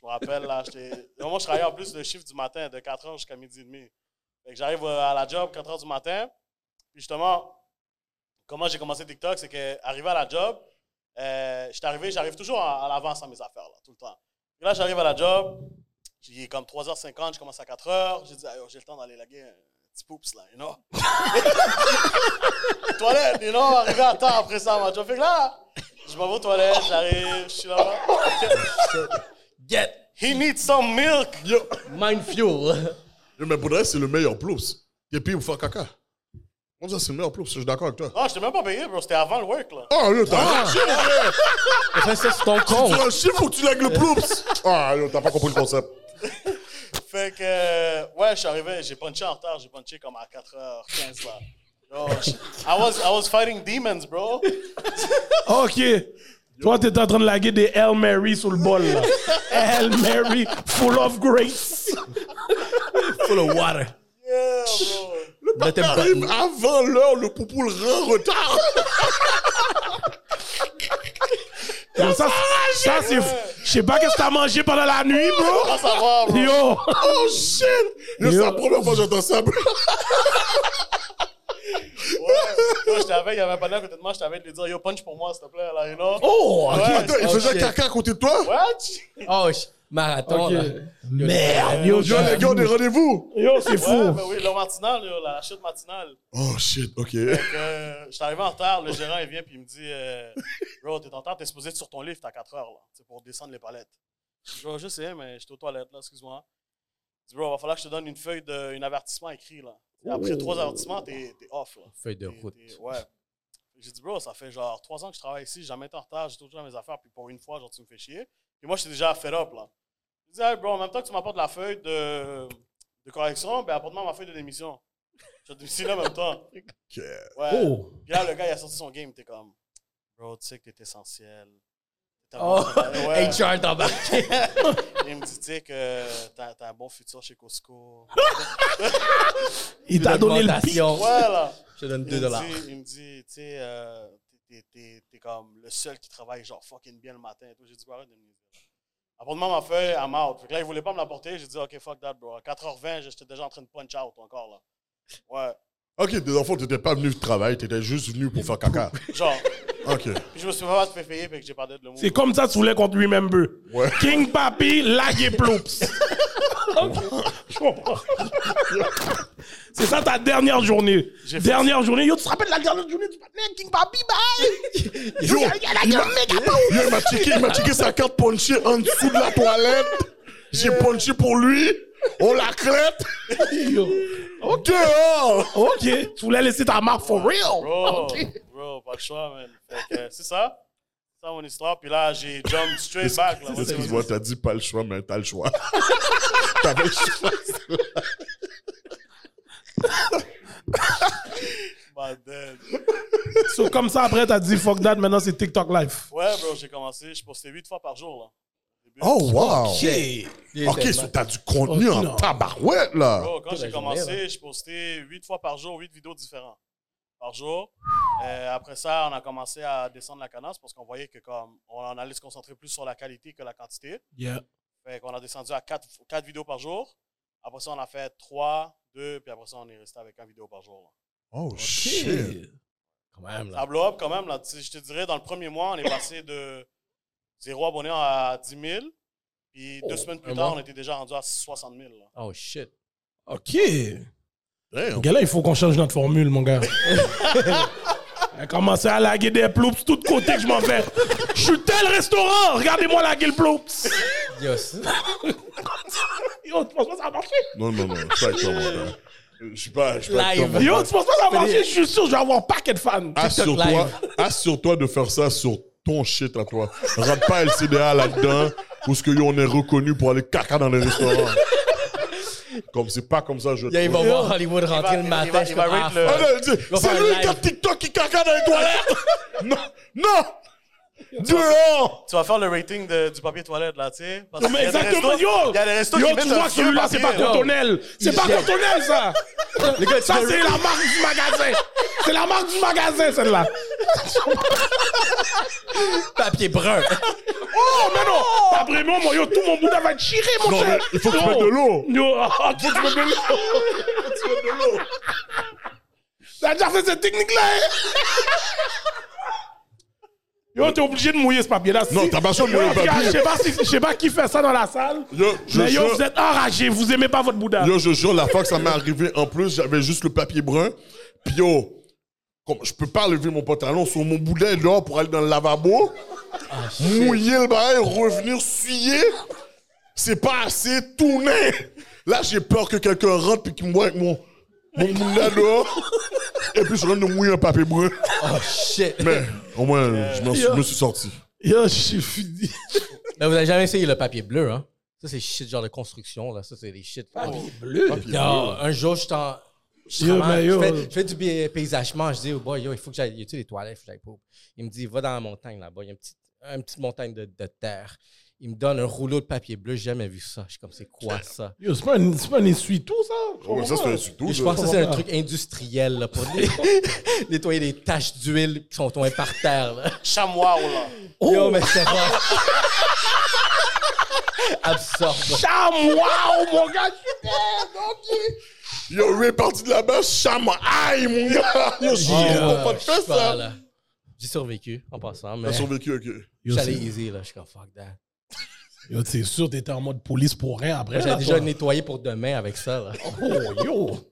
D: Je me rappelle, là, j'étais. Là, Moi, je travaillais en plus le chiffre du matin, de 4 h jusqu'à midi et demi. Fait que j'arrive euh, à la job, 4 h du matin. Puis justement, comment j'ai commencé TikTok, c'est que arrivé à la job, euh, j'étais arrivé, j'arrive toujours à, à l'avance à mes affaires, là, tout le temps. Puis là, j'arrive à la job, il est comme 3h50, je commence à 4h, j'ai dit, Ah, yo, j'ai le temps d'aller laguer un petit poups, là, you know? toilette, you know, arrivé à temps après ça, ma job. Fait que là, je m'en vais aux toilettes, j'arrive, je suis là-bas.
A: Get
D: He needs some milk!
C: Yo,
A: mind fuel.
C: yo, mais pour le reste, c'est le meilleur plus. Et puis, vous faire caca. On dit, c'est le meilleur plus, je suis d'accord avec toi.
D: Non, je t'ai Ah, même pas payé, bro, c'était avant le work, là.
C: Oh, yo, t'as un chiffre, ouais.
A: Après ça, c'est ton compte.
C: Tu as un chiffre ou tu lègues le plus? Ah, yo, t'as pas compris le concept.
D: Fait que, euh, ouais, je suis arrivé, j'ai punché en retard, j'ai punché comme à 4h15, là. Yo, je- I was, I was fighting demons, bro.
B: Ok. Toi, t'es en train de laguer des Hail Mary sur le bol, là. Hail Mary, full of grace.
A: Full of water.
D: Yeah, bro.
A: Let them
C: Arrive
A: button.
C: avant l'heure, le poupou le rend en retard.
B: Yo, ça, c'est- ça, c'est. Je sais pas qu'est-ce que t'as mangé pendant la nuit, bro.
D: Pas savoir, bro.
B: Yo.
C: Oh shit! Yo, C'est
B: Yo.
C: la première fois que j'entends ça. bro.
D: Ouais. Yo, j'étais avec, il y avait un panneau à côté de moi, j'étais avec de lui dire, yo, punch pour moi, s'il te plaît, là, you know?
B: Oh, ok.
D: Ouais.
C: Attends, il
A: Oh,
C: faisait
A: shit.
C: caca à côté de toi?
D: What?
A: Oh, sh- marathon.
B: Ok.
A: là.
B: Merde, yo,
C: Yo, les gars, on est rendez-vous!
B: Yo, c'est
D: Ouais,
B: fou.
D: ben oui, le matinal, yo, la chute matinale.
C: Oh shit, ok.
D: Fait que, euh, je suis arrivé en retard, le gérant il vient puis il me dit euh, Bro, t'es en retard, t'es supposé être sur ton livre, t'as 4 heures là, c'est pour descendre les palettes. Je dis, je sais, mais j'étais aux toilettes là, excuse-moi. Il dit Bro, va falloir que je te donne une feuille de un avertissement écrit là. Et après trois avertissements, t'es t'es off là.
A: Feuille de
D: T'es-
A: route.
D: t'es- Ouais. J'ai dit, bro, ça fait genre trois ans que je travaille ici, j'ai jamais été en retard, j'ai toujours mes affaires, puis pour une fois, genre, tu me fais chier. Et moi, j'étais déjà fed up, là. Je dis, hey, bro, en même temps que tu m'apportes la feuille de, de correction, ben, apporte-moi ma feuille de démission. Je démissionne en même temps. Ouais.
B: Oh.
D: Puis là, le gars, il a sorti son game, t'es comme, bro, tu sais que t'es essentiel. T'as
A: Oh,
D: vraiment- Ouais.
A: HR t'embarqué.
D: Il me dit, tu sais que t'as t'as un bon futur chez Costco.
B: Il t'a donné le pic.
A: Augmentation.
D: ouais, là.
A: Je te donne
D: Il me
A: 2 dollars.
D: dit- Il me dit, tu sais, euh, t'es- t'es- t'es t'es comme le seul qui travaille genre fucking bien le matin. et tout. J'ai dit, Bah, arrête de me dire. Apporte-moi ma feuille, I'm out. Fait que là, il voulait pas me l'apporter. J'ai dit, OK, fuck that, bro. À 4h20, j'étais déjà en train de punch out encore, là. Ouais.
C: Ok, des enfants, t'étais pas venu travailler, t'étais juste venu pour faire caca.
D: Genre.
C: Ok.
D: Puis je me suis pas fait payer, fait que j'ai parlé de le mot.
B: C'est comme ça que tu voulais qu'on te remember.
C: Ouais.
B: King Papi, lag et ploups. Je comprends. C'est ça ta dernière journée.
D: J'ai fait
B: Dernière journée. Yo, tu te rappelles la dernière journée du partenaire King Papi, bye! Yo, elle a gueule méga beau.
C: Yo, il m'a checké, il m'a checké sa carte punchée en dessous de la toilette. J'ai punché pour lui. On la crête. oh.
B: Yo. Ok.
C: Dehors.
B: Ok. Tu voulais laisser ta marque for real.
D: Bro,
B: Ok.
D: bro, pas de choix, man. Fait que, c'est ça. C'est ça mon histoire. Puis là, j'ai jump straight back. Là.
C: Excuse-moi, t'as dit pas le choix, mais t'as le choix. T'avais le choix.
D: My bad.
B: So, comme ça, après, t'as dit fuck that, maintenant c'est TikTok life.
D: Ouais, bro, j'ai commencé. Je postais 8 fois par jour, là. Au début.
C: Oh, wow.
A: Shit.
C: Ok, so t'as du contenu
B: Oh,
C: en
B: non.
C: tabarouette, là.
D: Bro, quand
A: Toute la
D: j'ai
A: journée,
D: commencé, je postais 8 fois par jour, 8 vidéos différentes par jour. Euh, après ça, on a commencé à descendre la cadence parce qu'on voyait que comme on en allait se concentrer plus sur la qualité que la quantité.
B: Yeah.
D: Fait qu'on a descendu à 4, vidéos par jour. Après ça, on a fait 3, 2, puis après ça, on est resté avec 1 vidéo par jour. là.
C: Oh, shit.
A: Shit. Quand même,
D: Ça
A: là.
D: blow up quand même. Là. Tu sais, Je te dirais, dans le premier mois, on est passé de 0 abonnés à 10 000. Puis deux
A: Oh,
D: semaines plus
A: un
D: tard,
A: mois.
D: on était déjà rendu à 60 000. là.
A: Oh, shit.
B: Ok.
C: Damn.
B: Gars, là, il faut qu'on change notre formule, mon gars. Elle a commencé à laguer des ploups, tout de côté que je m'en vais. Je suis tel restaurant, regardez-moi laguer le ploups.
A: Yes.
B: Yo, tu penses pas que ça a marché?
C: Non, non, non, je suis pas avec toi, mon gars. Je suis pas, je suis pas avec toi,
A: Live.
C: mon gars.
B: Yo, tu penses pas que ça a marché? Je suis sûr que je vais avoir un paquet de fans.
D: Ah,
C: Assure-toi,
A: live.
C: assure-toi de faire ça sur ton shit à toi. Rate pas LCDA là-dedans, parce que yo, on est reconnu pour aller caca dans les restaurants. Comme c'est pas comme ça, je
A: Yeah, il va
C: trouve.
A: voir Hollywood rentrer
D: Il va-
A: le
D: il va-
A: matin.
D: il
A: je
D: va
A: suis comme,
D: rate
A: ah,
D: le-
C: Ah non, c'est-
A: va faire
C: c'est lui
A: un
C: qui a
A: live.
C: TikTok qui caca dans les toilettes! non! Non! Dehors!
D: Tu vas faire le rating de- du papier toilette, là, tu sais. parce
B: Non,
D: qu'il
B: mais
D: y a des
B: exactement,
D: restos-
B: yo!
D: Il y a des restos
B: Yo,
D: qui mettent
B: tu
D: un
B: vois,
D: vieux
B: celui-là, c'est pas
D: papier, là.
B: cantonnel. C'est pas
A: Yeah.
B: cantonnel, ça. ça,
A: tu
B: c'est la marque du magasin. C'est la marque du magasin, celle-là.
A: Papier brun.
B: Oh, mais non! Après moi, moi, yo, tout mon boudin va être chiré, mon
C: Non, mais
B: cher.
C: il faut que tu
B: Yo.
C: mettes de l'eau!
B: Yo, oh, tu te mets de l'eau.
C: Tu mets de l'eau!
B: T'as déjà fait cette technique-là, hein? Yo, t'es obligé de mouiller ce papier-là. Si-
C: Non, t'as pas besoin de mouiller le
B: Yo, regarde, Je
C: papier.
B: sais pas si- je sais pas qui fait ça dans la salle.
C: Yo, je
B: Mais yo,
C: jure-
B: vous êtes enragés, vous aimez pas votre boudin.
C: Yo, je jure, la fois que ça m'est arrivé, en plus, j'avais juste le papier brun. Puis yo, comme je peux pas lever mon pantalon sur mon boudin dehors pour aller dans le lavabo, Ah, mouiller le bail, revenir suyer, c'est pas assez, tourner. Là, j'ai peur que quelqu'un rentre puis qu'il me voit avec mon, mon boudin dehors. Et puis, je rentre de mouiller un papier brun.
A: Oh, shit.
C: Mais au moins, je m'en suis-
B: Yo.
C: me suis sorti.
B: Yo, je suis fini.
A: Mais vous n'avez jamais essayé le papier bleu, hein? Ça, c'est shit, genre de construction, là. Ça, c'est des shit.
B: Papier bleu.
A: Yo, Ah, un jour, je t'en. Je,
B: Yo,
A: travaille-
B: mais yo.
A: je fais, je fais du pi- paysagement. Je dis au boy, yo, il faut que j'aille. Y a-tu des toilettes? Il faut que j'aille pour. Il me dit, va dans la montagne là-bas. Il y a une petite, une petite montagne de, de terre. Il me donne un rouleau de papier bleu. J'ai jamais vu ça. Je suis comme, c'est quoi ça?
B: Yo, c'est pas un, c'est pas un essuie-tout, ça?
C: Oh, ça, c'est du tout.
A: Et je
C: là.
A: pense que c'est un truc industriel là, pour les- nettoyer les taches d'huile qui sont tombées par terre. Là.
D: Chamois, là.
A: Yo, mais c'est rough. Absorbe.
B: Cham, waouh, mon gars!
C: Yo, Ray est parti de là-bas, chama. Aïe, mon gars! Yo, je suis pas de
A: euh,
C: hein.
A: je
C: faire
A: suis pas,
C: ça!
A: là. J'ai survécu en passant, mais
C: T'as survécu, ok.
A: j'allais easy là. Je suis comme fuck that.
B: Yo, t'es sûr, t'étais en mode police pour rien après.
A: J'avais
B: là,
A: déjà
B: toi.
A: nettoyé pour demain avec ça là.
B: Oh, yo!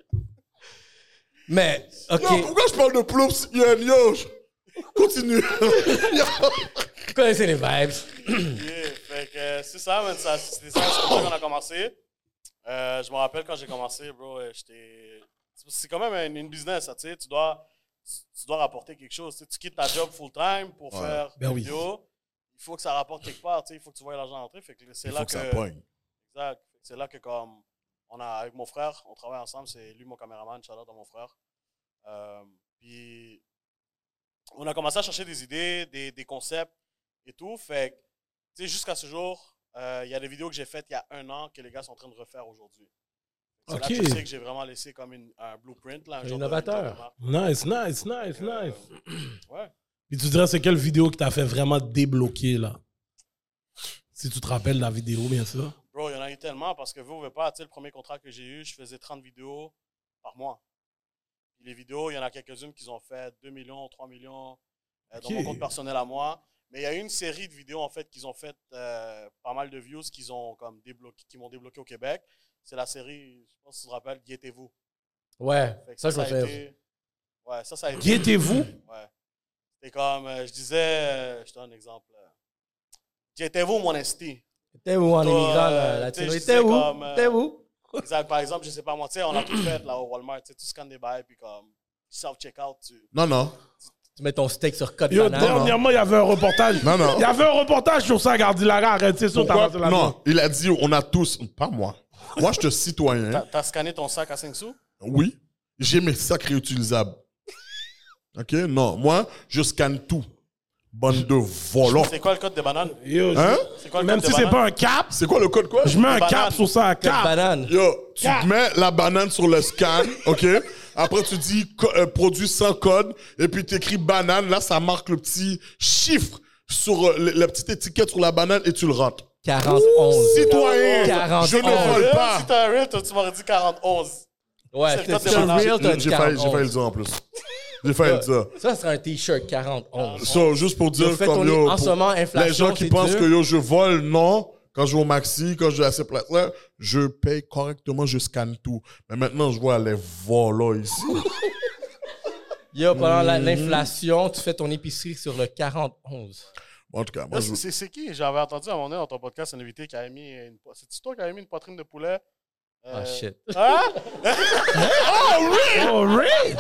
A: Mais ok,
C: Non, pourquoi je parle de ploups, Yann? Yo, je- continue. Yo.
A: vous connaissez les vibes.
D: Yeah, fait que euh, c'est ça, man. ça- C'était ça, c'est comme ça qu'on a commencé. Euh, je me rappelle quand j'ai commencé, bro, euh, j'étais. c'est- C'est quand même une, une business, ça, tu sais. Tu dois, tu- tu dois rapporter quelque chose. tu sais. Tu quittes ta job full-time pour
C: Ouais.
D: faire
B: Ben
D: des
B: oui.
D: vidéos. Il faut que ça rapporte quelque part, tu sais. Il faut que tu vois l'argent entrer. Fait que c'est là que. Exact. C'est là que comme on a avec mon frère, on travaille ensemble, c'est lui mon caméraman, shout-out à mon frère. Euh, puis on a commencé à chercher des idées, des, des concepts et tout. Fait que, tu sais, jusqu'à ce jour, euh, il y a des vidéos que j'ai faites il y a un an que les gars sont en train de refaire aujourd'hui. C'est là que
B: Ok.
D: je sais que j'ai vraiment laissé comme une- un blueprint. Là, un
A: Un
D: genre de-
A: innovateur.
D: de marque. Euh,
B: Nice, nice, nice, nice.
D: Ouais.
B: Puis tu dirais, c'est quelle vidéo qui t'a fait vraiment débloquer, là? Si tu te rappelles la vidéo, bien sûr.
D: Bro, il y en a eu tellement parce que vous ne pouvez pas, tu sais, le premier contrat que j'ai eu, je faisais 30 vidéos par mois. Puis les vidéos, il y en a quelques-unes qui ont fait 2 millions, 3 millions euh, dans
B: Ok.
D: mon compte personnel à moi. Mais il y a eu une série de vidéos en fait qu'ils ont fait euh, pas mal de views qu'ils ont comme débloqué, qui m'ont débloqué au Québec. c'est la série, je pense que tu te rappelles, Guettez-vous.
A: Ouais,
D: Fait que
A: ça, je vais
D: a
A: faire.
D: été- Ouais, ça, ça a été.
B: Guettez-vous?
D: Ouais. C'était comme, euh, je disais, euh, je te donne un exemple. euh, Guettez-vous, mon esti.
A: T'es où en
D: Toi,
A: immigrant
D: euh,
A: là,
D: tu
A: latino?
D: sais, je
A: T'es
D: sais
A: où?
D: comme, euh,
A: T'es où?
D: Exact, par exemple, je sais pas moi, tu sais, on a tout fait là au Walmart, tu sais, tu scannes des bails, puis comme, self-checkout, tu.
C: Non, non.
A: Tu mets ton steak sur code
B: Yo,
A: banane.
B: dernièrement, il y avait un reportage.
C: Non, non.
B: Il y avait un reportage sur ça, Gardilara. Arrête, c'est sûr,
C: Pourquoi?
B: t'as la
C: Non, il a dit on a tous. Pas moi. Moi, je suis un
D: T'as
C: citoyen.
D: t'as scanné ton sac à 5 sous?
C: Oui. J'ai mes sacs réutilisables. OK? Non. Moi, je scanne tout. Bande de volants.
D: C'est quoi le code des bananes?
B: Yo, je-
C: Hein?
D: C'est quoi le
B: Même
D: code
B: si
D: des
B: c'est
D: bananes?
B: pas un cap,
C: C'est quoi le code quoi?
B: je mets un
D: Banane.
B: cap sur ça, un
A: Code
B: cap.
A: banane.
C: Yo, tu
B: Quatre.
C: mets la banane sur le scan, OK? Après, tu dis co- euh, produit sans code, et puis tu écris banane. Là, ça marque le petit chiffre sur euh, le- la petite étiquette sur la banane et tu le rentres.
A: 41.
C: Citoyen, je
A: 41.
C: ne vole pas.
D: Si t'as un real, toi, tu m'aurais dit 41.
A: Ouais,
D: C'est
A: t'es
D: le code des
A: t'es un
D: bananes.
A: real, t'as dit
C: J'ai failli, j'ai failli
A: 41.
C: le dire en plus. J'ai failli le dire.
A: Ça, serait un t-shirt 41.
C: So, juste pour
A: Yo,
C: dire,
A: fais
C: comme
A: ton-
C: yo,
A: en
C: pour
A: ce moment,
C: les
A: inflation,
C: gens qui
A: c'est
C: pensent
A: dur.
C: que yo, je vole, non. Quand je vais au maxi, quand je vais à ces places-là, je paye correctement, je scanne tout. Mais maintenant, je vois les volants ici.
A: Yo, pendant
C: Mm-hmm.
A: la- l'inflation, tu fais ton épicerie sur le 41.
C: En tout cas, moi,
D: Là,
C: je...
D: C'est c'est qui? J'avais entendu à un moment donné dans ton podcast un invité qui a mis une. po- C'est-tu toi qui as mis une poitrine de poulet?
A: Ah,
D: Euh,
A: shit.
D: Hein?
B: Oh, Rick!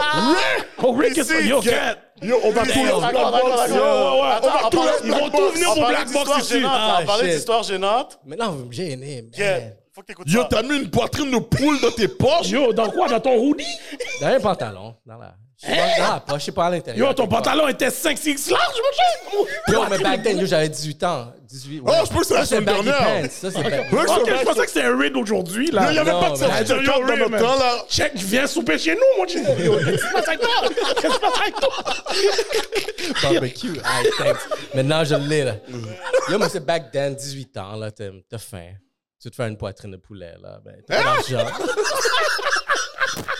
B: Oh, Rick,
C: Ici,
B: is- yo,
C: get-
B: cat!
C: Yo, on va
D: Attends,
C: tout
D: attends,
C: leur
D: attends,
C: Black Box.
D: attends,
C: Yo,
D: attends.
C: ouais, ouais,
D: Attends,
C: on va
D: on
C: tout
D: parle-
C: leur
D: ils vont
C: Black
B: tout
C: Box.
B: venir
D: On
B: Pour
D: parlait
B: Black Box
D: d'histoires
B: ici.
D: gênantes.
A: Ah,
D: On parlait
A: shit.
D: d'histoires gênantes.
A: Maintenant, vous me gênez, man.
D: Yeah. Faut que t'écoutes
C: Yo,
D: ça.
C: t'as mis une poitrine de poule dans tes poches.
B: Yo, dans quoi? Dans ton hoodie?
A: Dans un pantalon. Dans la, je sais
D: Hein?
A: pas, dans la poche, je sais pas à l'intérieur.
B: Yo, ton pantalon était 5-6 large, mon chien!
A: Yo, mais back then, yo, j'avais 18 ans. 18, ouais.
C: Ah, je pense que c'est la
A: Ça,
C: semaine
A: baggy
C: dernière.
A: pants. Ça, c'est baggy.
C: Ouais,
B: Ok,
C: c'est
B: je pensais que c'était un raid aujourd'hui, là.
C: Yo, il y avait
A: Non,
C: pas de
A: mais-
C: certificat
B: Yo,
C: dans
B: Raymond.
C: notre temps, là.
B: Check, viens souper chez nous, mon chien! Yo, Qu'est-ce qui se passe avec toi? Qu'est-ce qui se passe avec toi?
A: barbecue. Aïe, thanks. Maintenant, je l'ai, là. Yo, mais c'est back then, 18 ans, là, t'as t'as faim. Tu te fais une poitrine de poulet, là. Ben, t'as
C: Hein?
A: pas d'argent.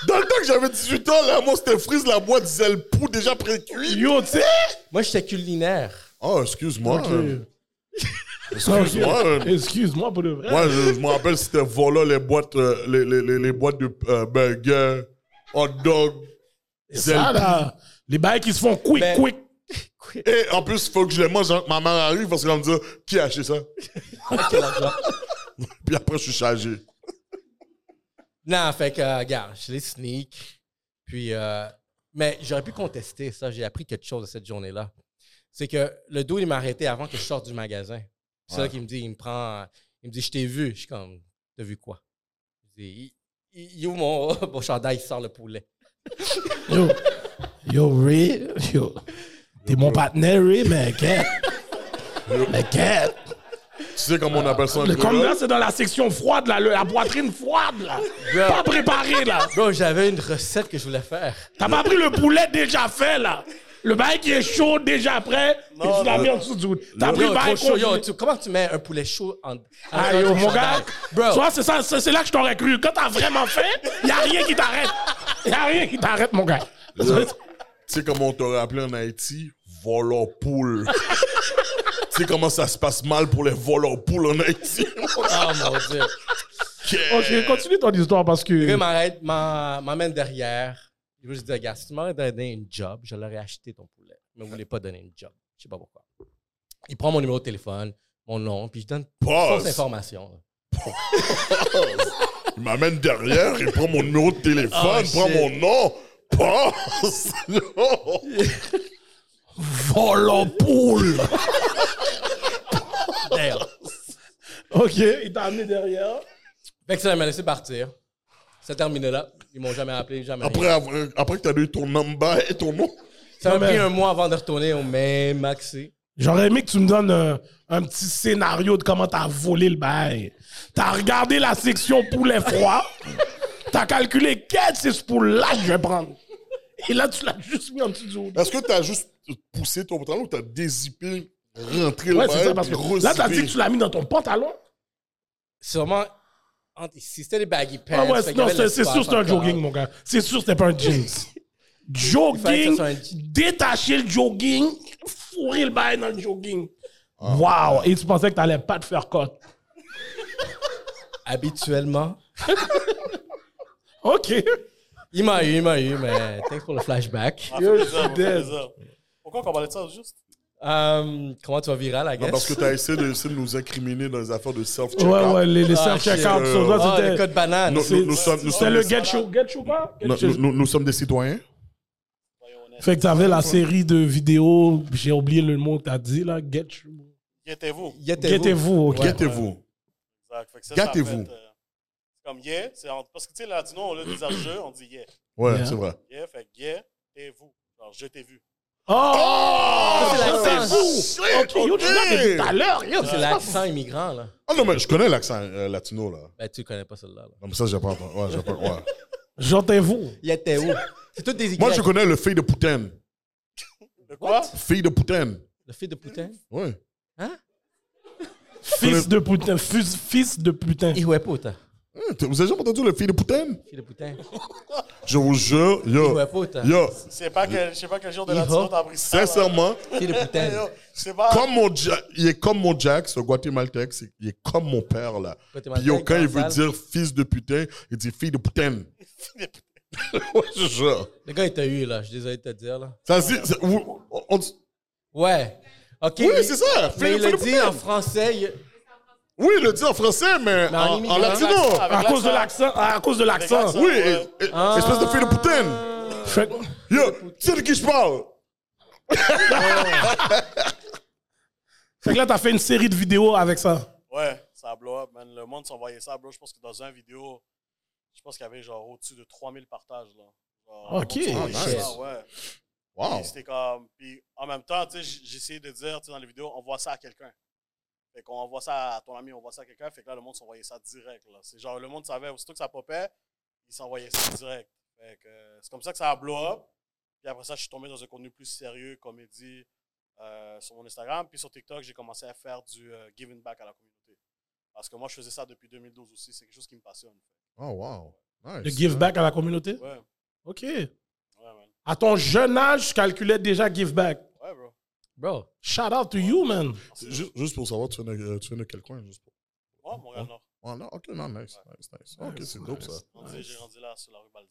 C: Dans le temps que j'avais 18 ans, là, moi, c'était frise, la boîte disait le pou déjà pré-cuit.
B: Yo, tu sais?
A: Moi, j'étais culinaire.
C: Oh, excuse-moi. euh, Excuse-moi. euh,
B: Ok. Excuse-moi pour de vrai.
C: Moi, je, je me rappelle, c'était volant les boîtes, euh, les, les, les, les boîtes de euh, burger, hot dog.
B: Ça, là, les bails qui se font quick,
A: Ben-
B: quick.
C: Et en plus, il faut que je les mange avant que ma mère arrive parce qu'elle va me dire qui a acheté ça. Ah,
A: Quel argent?
C: Puis après, je suis chargé.
A: Non, fait que, euh, regarde, je les sneak. Puis, euh, mais j'aurais pu contester ça. J'ai appris quelque chose de cette journée-là. C'est que le dos, il m'a arrêté avant que je sorte du magasin. C'est là qu'il me dit, il me prend, euh, il me dit, je t'ai vu. Je suis comme, t'as vu quoi? Je dis, il, il- il ouvre mon, mon chandail, il sort le poulet.
B: Yo, yo, Ray, yo. T'es mon partenaire, Ray, mais quête. Mais quête.
C: Tu sais comment on appelle ça en
B: Le
C: créole?
B: commandant, c'est dans la section froide, là, le- la poitrine froide, là.
A: Bro.
B: Pas préparé, là.
A: Bro, j'avais une recette que je voulais faire.
B: T'as pas pris le poulet déjà fait, là. Le bail qui est chaud déjà prêt, et tu l'as mis en dessous du T'as pris
A: Yo,
B: le bail
A: trop chaud. Yo,
B: chaud.
A: tu- comment tu mets un poulet chaud en. en
B: Ah,
A: dehors
B: yo,
A: du
B: mon
A: chandail?
B: gars, tu
A: Bro,
B: vois, c'est ça, c'est c'est là que je t'aurais cru. Quand t'as vraiment fait, y a rien qui t'arrête. Y a rien qui t'arrête, mon gars.
C: Tu sais comment on t'aurait appelé en Haïti? Volant poule. tu sais comment ça se passe mal pour les volants poules en Haïti?
A: oh mon dieu.
B: Ok, continue ton histoire parce
A: Le gars
B: que.
A: m'arrête, m'en- m'emmène derrière. Je lui dis, Ah, regarde, si tu m'aurais donné une job, je l'aurais acheté ton poulet. Mais vous voulez pas donner une job. Je sais pas pourquoi. Il prend mon numéro de téléphone, mon nom, puis je donne
B: Oh,
A: fausses
C: Pause.
A: informations.
C: Il m'amène derrière, il prend mon numéro de téléphone,
A: Oh,
C: prend
A: shit.
C: mon nom. Pause. Non.
B: Volant poule!
A: D'ailleurs.
B: Ok, il t'a amené derrière.
A: Fait que ça, il m'a laissé partir. Ça terminé là. Ils m'ont jamais appelé, jamais.
C: Après,
A: rien.
C: avoir- après que t'as donné ton number et ton nom,
A: ça m'a
B: Non, mais-
A: pris un mois avant de retourner au même maxi.
B: J'aurais aimé que tu me donnes un, un petit scénario de comment t'as volé le bail. T'as regardé la section poulet froid. T'as calculé quel c'est ce poulet-là que je vais prendre. Et là, tu l'as juste mis en dessous du haut.
C: est-ce que t'as juste poussé ton pantalon ou t'as dézippé, rentré le
B: Ouais, c'est
C: bail,
B: ça, parce
C: puis
B: que là, t'as dit
C: rezippé?
B: que tu l'as mis dans ton pantalon.
A: Sûrement, entre- si c'était des baggy pants.
B: Ah ouais,
A: fait Eh, qu'il y
B: non,
A: avait
B: c'est c'est
A: l'espace
B: sûr que c'est un
A: encore.
B: jogging, mon gars. C'est sûr que c'était pas un jeans.
A: fallait que
B: jogging,
A: ce soit un-
B: détacher le jogging, fourrer le bail dans le jogging.
C: Ah,
B: Wow! Et tu pensais que t'allais pas te faire cote.
A: Habituellement,
B: OK.
A: Il m'a eu, il m'a eu, mais thanks pour le flashback.
D: Ah,
B: Yo,
D: fait plaisir,
B: je suis
D: fait
B: dead.
D: plaisir. Pourquoi on parlait de ça juste?
A: Euh, comment tu vas viral, I guess?
B: Ah,
C: Non, parce que t'as essayé de, essayer de nous incriminer dans les affaires de self-checkout.
B: Ouais, ouais, les, les
A: Ah,
B: self-checkouts.
C: shit.
B: so,
A: Oh,
B: ça,
A: le
B: c'était-
A: code banane.
C: Nous, nous- nous
D: Ouais,
C: sommes,
D: c'est
B: C'était
C: nous,
D: ça.
C: sommes,
B: le
D: des-
B: Get Show. Get Show, quoi? Get
C: nous-
B: Show.
C: nous- nous- nous sommes des citoyens.
D: Soyons honnêtes.
B: Fait que t'avais la série de vidéos, j'ai oublié le mot que t'as dit, là. Get Show.
D: Guettez-vous.
A: Guettez-vous.
B: Guettez-vous, OK.
A: Ouais.
C: Guettez-vous.
D: Exact. Fait que ça,
C: Gâtez-vous.
D: c'est en fait, euh, c'est comme yeah. c'est en- parce que tu sais, latino, on a des jeux, on dit yeah.
C: Ouais,
B: Yeah.
C: c'est vrai.
D: Yeah, fait que yeah, t'es vous. Alors, je t'ai vu.
B: Oh!
A: c'est
B: Je
A: l'accent.
B: sais vous! OK, yo, tu l'as depuis tout à l'heure, yo.
A: Ah, C'est l'accent immigrant, là.
C: Ah non, mais je connais l'accent euh, latino, là.
A: Ben, tu connais pas celle-là. là.
C: Non, mais ça, j'ai pas entendu. Ouais, j'ai pas- ouais.
B: J'entends-vous.
A: Guettez où? C'est toutes des
C: Moi,
A: Y.
C: je connais le fille de Poutine.
D: De quoi?
C: Fille de Poutine.
A: Le fils de Poutine?
C: Ouais.
B: Fils de putain. Fils, fils de putain.
A: Et ouais, putain.
C: Hein, t- Vous avez jamais entendu le fille de Poutine?
A: Fils de Poutine.
C: Je vous jure, yo.
A: Ouais, putain.
C: Oh. Yo,
D: C'est pas que, je sais pas quel jour de
A: Iho.
D: latino t'as pris ça. là.
C: sincèrement,
A: Fils de Poutine.
D: Yo, Je sais pas.
C: comme mon Jack, il est comme mon Jack, ce guatémaltèque, c'est- il est comme mon père, là. Puis yo, quand il veut dire fils de putain, il dit fille de Poutine. Ouais, je jure.
A: Le gars, il t'a eu, là. Je suis désolé de te dire, là.
C: Ça se dit. ça- vous- on- on-
A: Ouais. OK.
C: oui, c'est ça. Fille,
A: Mais il
C: fille
A: le
C: de
A: dit en
C: Poutine.
A: français. il-
C: Oui, il le dit en français, mais,
A: Mais en
C: en, en
A: immigrant.
C: latino.
D: Avec
B: À cause de
D: l'accent.
B: l'accent. À cause de l'accent.
D: l'accent.
C: Oui,
D: Ouais.
C: et- et-
A: Ah.
B: Ah.
C: espèce de fille de Poutine.
B: Fait-
C: Yo, tu sais de qui je parle?
B: Fait que là, t'as fait une série de vidéos avec ça.
D: Ouais, ça a blow up, man. Le monde s'envoyait ça, bro. Je pense que dans une vidéo, je pense qu'il y avait genre au-dessus de 3000 partages, là. Genre, le monde
B: Ok.
D: s'envoyait
C: Ah,
D: ça,
A: nice.
D: ouais.
C: Wow.
D: Puis c'était comme. Puis en même temps, tu sais, j- j'essayais de dire, tu sais, dans les vidéos, on voit ça à quelqu'un. Fait qu'on envoie ça à ton ami, on voit ça à quelqu'un. Fait que là, le monde s'envoyait ça direct, là. C'est genre, le monde savait, aussitôt que ça popait, il s'envoyait ça direct. Fait que euh, c'est comme ça que ça a blow up. Puis après ça, je suis tombé dans un contenu plus sérieux, comédie, euh, sur mon Instagram. Puis sur TikTok, j'ai commencé à faire du euh, giving back à la communauté. Parce que moi, je faisais ça depuis 2012 aussi. C'est quelque chose qui me passionne.
C: Oh, wow.
B: Le
C: Nice.
B: give back à la communauté.
D: Ouais, ouais,
B: OK.
D: man.
B: À ton jeune âge, je calculais déjà give back.
D: Ouais, bro.
A: Bro.
B: Shout out to you, man.
C: C'est ju- Juste pour savoir, tu viens de, tu viens de quel coin? Juste pour...
D: Ouais, mon gars, non.
C: Oh, non, ok, non, nice, nice, nice. Ok, c'est dope, ça.
D: On dit, j'ai grandi là, sur la rue Balzac.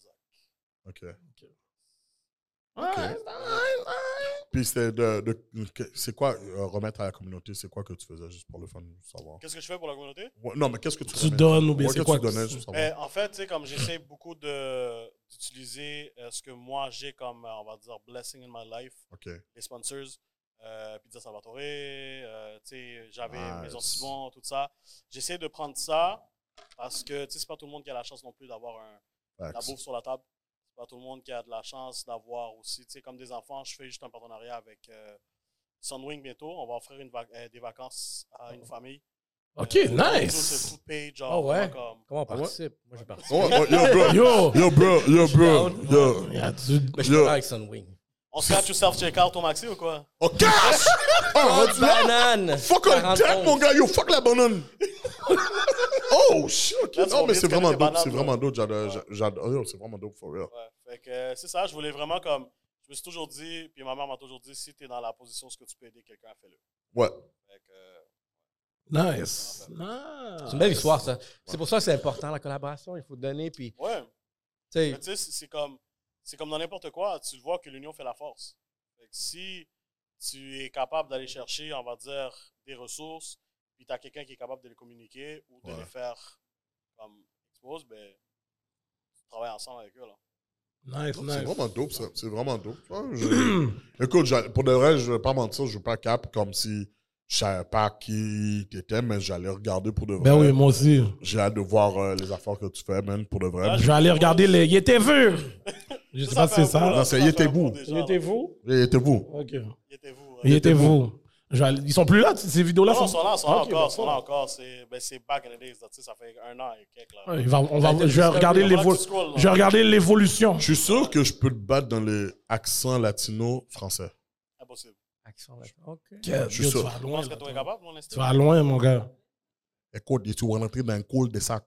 C: Ok.
B: Ouais.
C: Puis c'était de, de- que- c'est quoi euh, remettre à la communauté C'est quoi que tu faisais juste pour le fun, juste savoir
D: Qu'est-ce que je fais pour la communauté?
C: Ouais, Non, mais qu'est-ce que tu,
B: Tu
C: remettais?
B: donnes ou bien
C: Ouais,
B: c'est
C: qu'est-ce
B: quoi
C: que tu
B: que
C: donnais
B: tu-
C: juste savoir
D: Mais en fait, tu sais, comme j'essaie beaucoup de- d'utiliser euh, ce que moi j'ai comme, euh, on va dire, blessing in my life,
C: Ok.
D: les sponsors, euh, Pizza Salvatore, euh, tu sais, j'avais
C: Nice.
D: Maison Simon, tout ça. J'essaie de prendre ça parce que, tu sais, c'est pas tout le monde qui a la chance non plus d'avoir un, la
C: Facts.
D: bouffe sur la table. C'est pas tout le monde qui a de la chance d'avoir aussi. Tu sais, comme des enfants, je fais juste un partenariat avec euh, Sunwing bientôt. On va offrir une vac- euh, des vacances à une famille.
B: OK,
D: Euh, C'est
B: nice.
D: tout paid, genre,
A: Oh, ouais.
D: comme-
A: Comment on
C: Ah ouais?
A: participe? Moi, je participe.
C: Oh, oh, yo, bro,
B: Yo.
C: yo, bro, yo, bro, yo.
B: Y a du-
A: Mais Ben, je suis
C: Yo.
A: pas avec Sunwing.
D: On se catch au self-checkout au maxi ou quoi?
C: Oh, cash Oh, rendu là
A: Banane!
C: Fuck all
A: 41.
C: that, mon gars, yo, fuck la banane Oh, shit, ok.
D: Là, tu vas
C: Non, mais c'est
D: bien te
C: vraiment
D: connaître
C: dope,
D: les
C: c'est
D: bananes,
C: vraiment dope, j'adore, j'adore, yo, c'est vraiment dope, for real.
D: Ouais. Fait que euh, c'est ça, je voulais vraiment comme. Je me suis toujours dit, puis ma mère m'a toujours dit, si t'es dans la position, ce que tu peux aider quelqu'un, fais-le.
C: Ouais.
D: Fait que, euh,
B: Nice.
A: C'est une belle histoire, ça. C'est pour ça que c'est important, la collaboration. Il faut donner, puis, tu
D: ouais.
A: sais,
D: Mais tu sais, c'est- c'est comme, c'est comme dans n'importe quoi. Tu le vois que l'union fait la force. Fait que si tu es capable d'aller chercher, on va dire, des ressources, puis tu as quelqu'un qui est capable de les communiquer ou de
C: Ouais.
D: les faire comme expose, ben, tu travailles ensemble avec eux. Là.
B: Nice,
C: C'est
B: nice.
C: vraiment dope, ça. C'est vraiment dope. Ouais, je- Écoute, j'a- pour de vrai, je vais pas mentir, je ne pas cap comme si je savais pas qui t'étais, mais j'allais regarder pour de vrai.
B: Ben oui, moi aussi.
C: J'ai hâte de voir euh, les affaires que tu fais, man, pour de vrai.
D: Ouais,
B: Je vais aller regarder les. Il était vu. Je sais pas si
D: fait
B: c'est
D: un bout, là.
B: ça.
C: Non, c'est
D: fait
C: Yété
D: un bout
C: Bou.
D: déjà,
B: Il
D: là.
B: était vous?
C: Et était vous.
B: OK.
D: Yété Bou, ouais.
B: Il était vous. Je vais aller- Ils sont plus là, ces vidéos-là?
D: Non, ils sont là, ils sont là
B: Ah, OK,
D: encore, ils
B: bah,
D: sont là encore. C'est ben, c'est back in the days, là, tu sais, ça fait un an et quelques. Là.
B: Ouais, il va- on va-
A: Ouais,
B: je vais regarder
D: Il va falloir
B: l'évo-
D: que tu scrolles, là.
B: je vais regarder l'évolution.
C: Je suis sûr que je peux te battre dans les accents latino-français.
D: Impossible.
A: Accent, là. OK.
B: Je
C: suis sûr.
B: Tu vas
D: Je
B: loin,
D: pense que
B: là,
D: toi es
B: toi.
D: capable, mon
B: Tu
D: instinct.
B: vas loin, mon gars.
C: Écoute, tu vas rentrer dans un col de sac.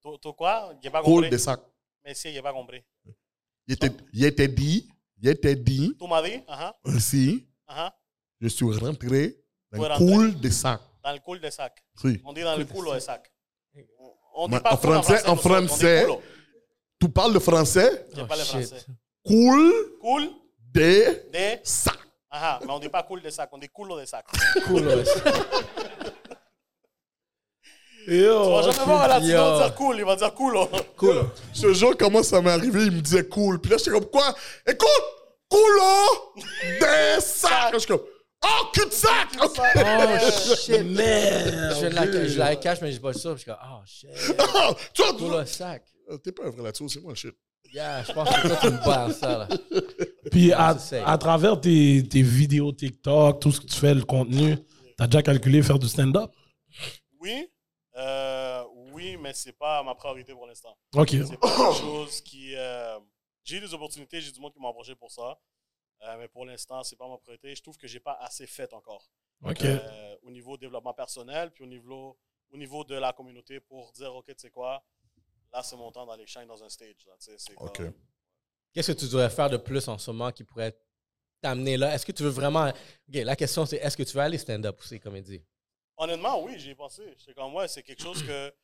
D: Toi- Toi quoi? Il n'est pas
C: Col
D: compris.
C: de sac.
D: Mais si, il n'est pas compris.
C: Il était- Il était dit, il était dit,
D: Tout m'a dit, ah
C: ainsi,
D: ah, ah,
C: je suis rentré dans
D: Ouais,
C: un
D: rentré.
C: col de sac.
D: dans le cool des sacs.
C: Si.
D: On dit dans le cool des sacs. On- On dit
C: Mais
D: pas
C: en
D: cool
C: français- en
D: nous autres, on est
C: français-
D: cool.
C: Tu parles le français?
A: Oh,
D: Je parle français.
C: Cool
D: Cool
C: de
D: des.
C: ça.
D: Ah, ah, mais on dit pas cool des sacs, on dit cool des sacs.
A: Cool, ouais.
D: Tu
B: Oh,
D: vas jamais voir un latino
A: Yo.
D: dire cool, il va dire cool.
A: Cool.
C: Ce jour, comment ça m'est arrivé, il me disait cool. Puis là, j'étais comme quoi? Écoute, cool de ça. Je suis comme, oh, cul-de-sac!
D: euh,
A: Oh, shit.
B: Merde.
A: Je la, je la cache, mais je dis pas ça. puis Je suis comme, oh, shit.
C: Ah, tu vois,
A: Cool, le sac.
C: Euh, T'es pas un vrai latino, c'est moi le shit.
A: Yeah, je pense que toi, tu me bats en ça, là.
B: Puis à,
A: c'est ça.
B: à travers tes, tes vidéos TikTok, tout ce que tu fais, le contenu, t'as déjà calculé faire du stand-up?
D: Oui, euh, oui, mais c'est pas ma priorité pour l'instant.
B: Ok.
D: C'est pas quelque chose qui. euh, j'ai eu des opportunités, j'ai du monde qui m'a embauché pour ça. Euh, mais pour l'instant, c'est pas ma priorité. Je trouve que j'ai pas assez fait encore.
B: Ok.
D: Euh, au niveau développement personnel, puis au niveau, au niveau de la communauté pour dire, OK, tu sais quoi, là, c'est mon temps d'aller shine dans un stage. Là, tu sais, c'est
C: Ok.
D: comme-
A: Qu'est-ce que tu devrais faire de plus en ce moment qui pourrait t'amener là? Est-ce que tu veux vraiment. OK, la question, c'est est-ce que tu veux aller stand-up aussi, comme il dit?
D: Honnêtement, oui, j'y ai pensé. C'est comme moi, c'est quelque chose que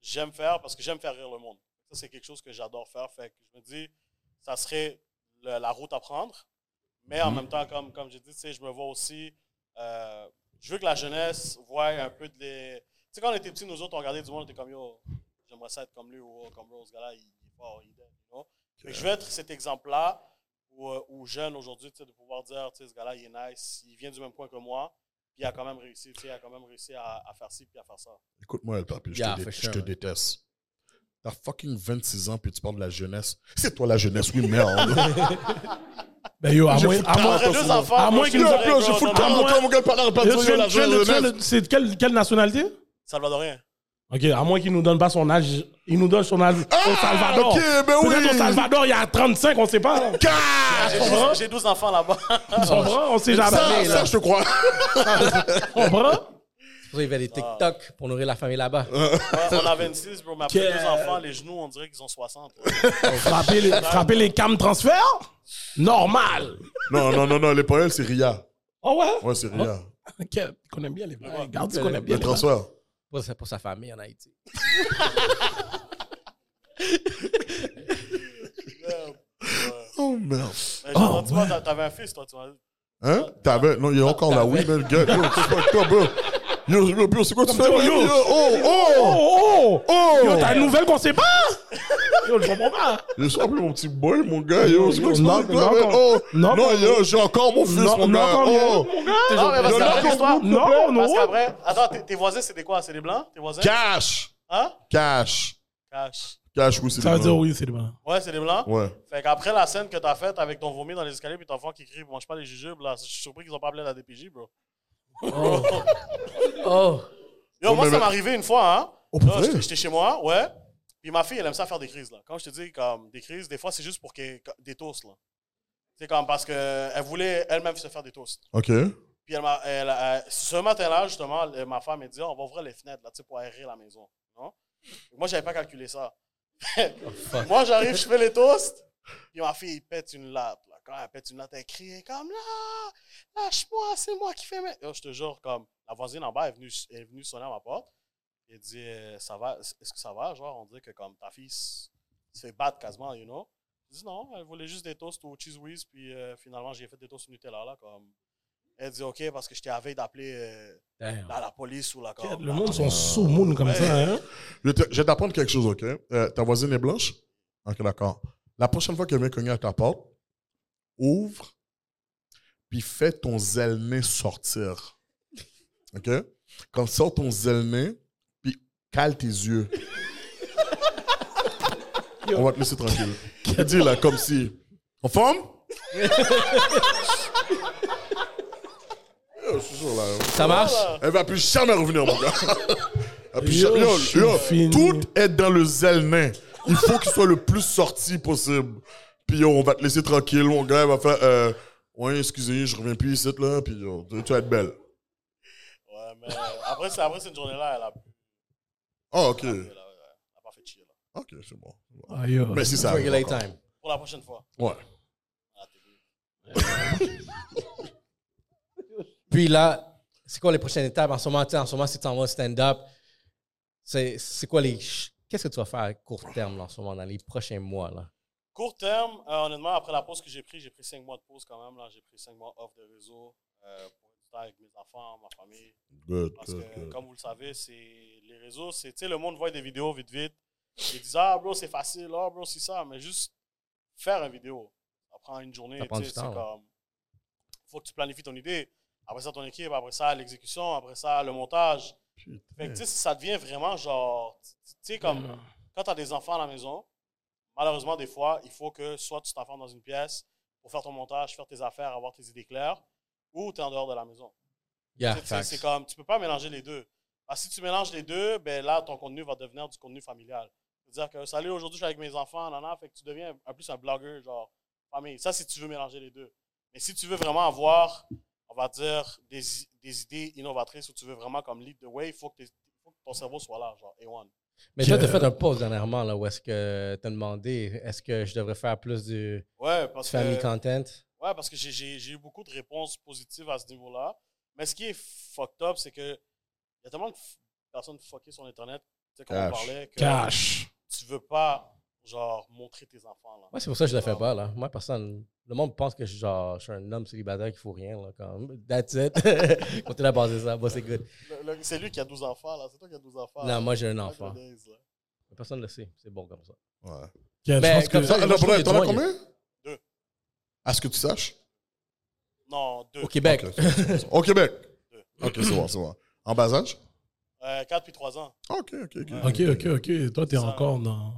D: j'aime faire parce que j'aime faire rire le monde. Ça, c'est quelque chose que j'adore faire. Fait que je me dis, ça serait le- la route à prendre. Mais en même temps, comme, comme j'ai dit, tu sais, je me vois aussi. euh, je veux que la jeunesse voie un peu de les. Tu sais, quand on était petits, nous autres, on regardait du monde, on était comme yo, j'aimerais ça être comme lui ou oh, comme Rose, ce gars-là, il est fort, il est dead, you know? Fait que Je veux être cet exemple-là aux, aux jeunes aujourd'hui, tu sais, de pouvoir dire, tu sais, ce gars-là, il est nice, il vient du même coin que moi, puis il a quand même réussi, tu sais, il a quand même réussi à, à faire ci, puis à faire ça.
C: Écoute-moi, El Papi, je,
A: Yeah,
C: te, dé-
A: for
C: je
A: sure,
C: te
A: ouais.
C: déteste. T'as fucking 26 ans, puis tu parles de la jeunesse. C'est toi la jeunesse, oui, merde.
B: Ben yo, à
C: J'ai
B: moins.
C: foutu
B: à moins-
C: quarante ans,
D: Après deux
C: mon gars.
D: enfants,
B: à moins
D: je
B: qu'il nous
D: dirais,
C: Yo, je
D: gars,
C: fous
D: non,
C: le
D: non,
C: temps,
D: non.
C: mon gars, mon gars, parle pas
B: Yo,
C: de
B: tu
C: ça, yo,
B: viens-
C: la
B: tu viens de- tu viens
C: jeunesse.
B: de- C'est de quelle, quelle nationalité?
D: Salvadorien.
B: Ok, à moins qu'il nous donne pas son âge. Il nous donne son âge au
C: Ah,
B: Salvador.
C: ok, ben oui.
B: Peut-être au Salvador, il y a 35, on sait pas. là.
C: Car-
D: J'ai
B: comprends?
D: 12, j'ai 12 enfants là-bas.
B: Tu comprends? On sait jamais.
C: Ça,
A: là.
C: ça, je te crois.
B: Tu comprends?
A: C'est pour ça qu'il fait des TikTok pour nourrir la famille là-bas.
D: Ouais, on a 26, bro, mais après
B: Quel-
D: deux enfants, les genoux, on dirait qu'ils ont 60. ouais.
B: Frapper les, frapper les cams transfert? Normal.
C: Non, non, non, non, les poèmes, c'est Ria.
B: Oh ouais?
C: Ouais, c'est Ria.
B: Ok, il connaît bien les blagues. Garde, il connaît bien
C: Le
B: les blagues.
C: transfert.
A: Pour sa, pour sa famille en Haïti.
C: Oh merde.
D: Mais j'ai entendu, toi, t'a- t'avais un fils, toi, tu m'as dit.
C: Hein? T'avais. Non, il y a encore la oui, mais le gars, yo, c'est pas toi, bro. Yo, yo, bro, c'est quoi tu fais?
B: Yo,
C: man?
B: yo.
C: Yo, oh, oh,
B: Oh, oh!
C: oh.
B: Yo, t'as une nouvelle qu'on sait pas? Yo, je comprends pas.
C: Je suis plus mon petit boy, mon gars. Yo, c'est quoi que tu
B: Non,
C: parles, toi,
B: non,
C: man? Oh,
B: non,
C: non,
B: non.
C: yo, j'ai encore mon fils,
B: Non,
C: mon
B: non,
C: gars.
B: quand même.
C: Oh,
D: Non, mais parce
C: Yo, là,
D: qu'après
C: qu'on
D: l'histoire.
B: Non, non,
D: Parce
B: ouais.
D: qu'après, attends, tes- tes voisins, c'est des quoi C'est des blancs, tes voisins
C: cash.
D: Hein
C: Cash.
D: Cash.
C: Cash, oui, c'est
B: Ça veut
C: des
B: dire
C: blancs.
B: oui, c'est bon.
D: Ouais, c'est des blancs.
C: Ouais.
D: Fait qu'après la scène que t'as faite avec ton vomi dans les escaliers puis ton enfant qui crie mange pas les jujubes, là, je suis surpris qu'ils ont pas appelé la DPJ, bro.
A: Oh!
D: Yo, moi,
C: mais-
D: ça m'est arrivé une fois, hein.
C: Oh, pour
D: Là,
C: vrai?
D: j'étais- J'étais chez moi, ouais. Puis ma fille, elle aime ça faire des crises, là. Quand je te dis, comme, des crises, des fois, c'est juste pour que, que- des toasts, là. C'est comme parce qu'elle voulait elle-même se faire des toasts.
C: Ok.
D: Puis elle m'a- elle- elle- ce matin-là, justement, elle- ma femme elle dit on va ouvrir les fenêtres là, tu sais, pour aérer la maison. Non? Moi, j'avais pas calculé ça. Moi, j'arrive, je fais les toasts. Puis ma fille, il pète une latte. Là. Quand elle pète une latte, elle crie comme là, lâche-moi, c'est moi qui fais mes. Yo, je te jure, comme la voisine en bas est venue, est venue sonner à ma porte. Elle dit Euh, ça va, est-ce que ça va Genre, on dirait que comme ta fille se se fait battre quasiment, you know. Je dis non, elle voulait juste des toasts au cheese whiz, puis euh, finalement, j'ai fait des toasts au Nutella, là, comme. Elle dit OK parce que je t'ai avais d'appeler euh,
A: Damn.
D: la, la police ou la comme,
B: Le
D: la-
B: monde sont sous moon comme ça, hein?
C: Je vais te- je vais t'apprendre quelque chose, ok? Euh, ta voisine est blanche? Ok, d'accord. La prochaine fois qu'elle vient cogner à ta porte, ouvre, puis fais ton zelné sortir. Ok? Quand sort ton zelné, puis cale tes yeux. On va te laisser tranquille. Il dit là, comme si. En forme? Yo, je suis sûr, là, yo.
A: Ça marche?
C: Elle va plus jamais revenir, mon gars. Elle va plus
B: Yo,
C: jamais- yo,
B: je suis
C: yo,
B: fini.
C: tout est dans le zèle nain. Il faut qu'il soit le plus sorti possible. Puis yo, on va te laisser tranquille, mon gars. Elle va faire euh, Ouais, excusez, je reviens plus ici, là. Puis yo, tu tu vas être belle.
D: Ouais, mais euh, après, c'est- après cette journée-là, elle a
C: Ah, ok.
D: elle a- elle a pas fait chier. là.
C: Ok, c'est bon.
B: Ah, yo.
C: Mais si ça arrive.
A: Regulate
C: encore.
A: time.
D: Pour la prochaine fois.
C: Ouais.
A: Puis là, c'est quoi les prochaines étapes en ce moment? tu sais, En ce moment, si tu en vas au stand-up, c'est c'est quoi les, ch- Qu'est-ce que tu vas faire à court terme là, en ce moment, dans les prochains mois? Là?
D: Court terme, euh, honnêtement, après la pause que j'ai pris, j'ai pris cinq mois de pause quand même. Là, j'ai pris cinq mois off de réseau euh, pour être du temps avec mes enfants, ma famille.
C: Good,
D: Parce
C: good,
D: que,
C: good.
D: comme vous le savez, c'est les réseaux, c'est, tu sais, le monde voit des vidéos vite, vite. Ils disent, ah, bro, c'est facile, ah, bro, c'est ça. Mais juste faire une vidéo, ça prend une journée.
A: Ça prend
D: tu
A: du
D: sais, c'est
A: temps, ouais.
D: comme, faut que tu planifies ton idée. Après ça, ton équipe, après ça, l'exécution, après ça, le montage. Fait que, tu sais, ça devient vraiment genre, tu tu sais, comme, quand tu as des enfants à la maison, malheureusement, des fois, il faut que soit tu t'enfermes dans une pièce pour faire ton montage, faire tes affaires, avoir tes idées claires, ou tu es en dehors de la maison.
A: Yeah,
D: Tu sais, tu sais,
A: facts.
D: C'est comme, tu peux pas mélanger les deux. Parce que si tu mélanges les deux, ben là, ton contenu va devenir du contenu familial. C'est-à-dire que, salut, aujourd'hui, je suis avec mes enfants, nanana, fait que tu deviens un plus un blogueur, genre, famille. Ça, si tu veux mélanger les deux. Mais si tu veux vraiment avoir, on va dire, des, i- des idées innovatrices, ou tu veux vraiment, comme, lead the way, il faut que, t'es- faut que ton cerveau soit là, genre, A1.
A: Mais toi, tu as fait un pause dernièrement là, où est-ce que tu as demandé est-ce que je devrais faire plus de
D: Ouais, parce que...
A: family content?
D: Ouais, parce que j'ai- j'ai j'ai eu beaucoup de réponses positives à ce niveau-là. Mais ce qui est fucked up, c'est que il y a tellement de f- personnes fuckées sur Internet, tu sais, comme
C: Cash.
D: on parlait, que
B: Cash.
D: tu veux pas, genre, montrer tes enfants, là.
A: Ouais, c'est pour ça que je le fais pas. Là. Moi, personne. Le monde pense que je, suis genre, je suis un homme célibataire qui ne faut rien. Là, comme. That's it. Continue à penser ça. Bon, c'est good.
D: Le- le- C'est lui qui a 12 enfants, là. C'est toi qui as 12 enfants. là.
A: Non, moi, j'ai un
D: Fuck
A: enfant.
D: the days, là.
A: Personne ne le sait. C'est bon comme ça.
C: Ouais.
B: Yeah, je
A: Mais
B: pense que-
A: comme ça,
C: T'en
A: moi,
C: as
A: je trouve
C: combien-
A: que
C: t'en as
A: du monde,
C: combien?
D: Deux.
C: À ce que tu saches?
D: Non, deux.
A: Au Québec.
C: Ok, Au Québec?
D: Deux.
C: Ok, c'est bon, c'est bon. En bas âge?
D: Euh, quatre puis trois ans.
C: Ok, ok, ok.
B: Ok, ok, ok. Toi, t'es
D: Ça-
B: encore dans.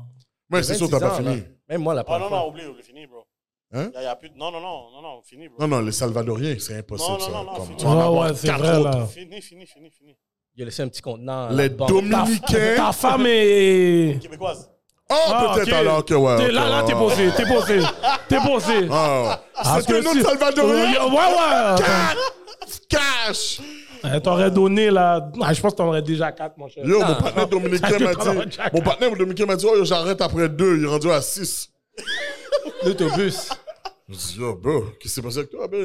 C: Mais c'est sûr que t'as pas
A: 26 ans,
C: fini.
A: là. Même moi, la
D: Oh non,
A: première
D: non,
A: fois.
D: oublie, oublie, fini, bro.
C: Hein?
D: Y a, y a plus de- Non, non, non, non, non, fini, bro.
C: Non, non, les Salvadoriens, c'est impossible.
D: Non, non,
C: ça.
D: non, non,
C: Comme-
D: faut-
C: tu vas en
B: Ouais,
C: avoir
B: ouais, c'est
C: quatre
B: vrai,
C: autres.
B: là.
D: Fini, fini, fini, fini.
A: Il a laissé un petit contenant. à la
C: Les
A: banque.
B: Ta
C: Dominicains.
B: femme est.
D: Québécoise.
C: Ah,
B: Ah,
C: peut-être
B: ok.
C: alors que ouais.
B: T'es-
C: ok,
B: Là, là, t'es
C: ouais.
B: posé, t'es posé. T'es posé.
C: Ah,
B: Parce
C: c'est un
B: que
C: autre
B: si- Oh,
C: Salvadorien.
B: Ouais, ouais.
C: Cash!
B: Elle t'aurait donné là. Ah, je pense que t'aurais déjà quatre, mon cher.
C: Yo, mon partenaire dominicain
B: Ça,
C: m'a
B: c'est pas
C: dit.
B: Ah. Jack.
C: Mon partenaire dominicain m'a dit, oh, yo, j'arrête après deux, il est rendu à six.
A: L'autobus.
C: Je dis, yo, bro, qu'est-ce qui s'est passé avec toi, bro?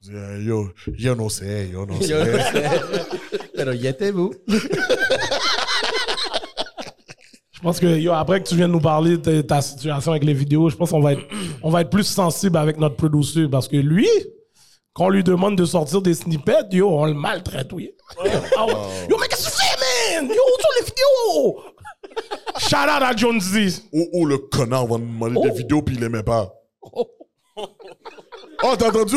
C: Je dis, eh, yo, yo no sé, yo no
A: Il y a-
C: sé.
A: Alors, y étiez-vous?
B: Je pense que yo, après que tu viennes nous parler de ta situation avec les vidéos, je pense qu'on va être, on va être plus sensible avec notre producer parce que lui, quand on lui demande de sortir des snippets, yo, on le maltraite, oui. Ah ouais. Yo, mais qu'est-ce que tu fais, man? Yo, où sont les vidéos? Shout out à John Z.
C: Ou ou le connard va me demander
B: Oh.
C: des vidéos puis il les met pas. Oh, t'as entendu?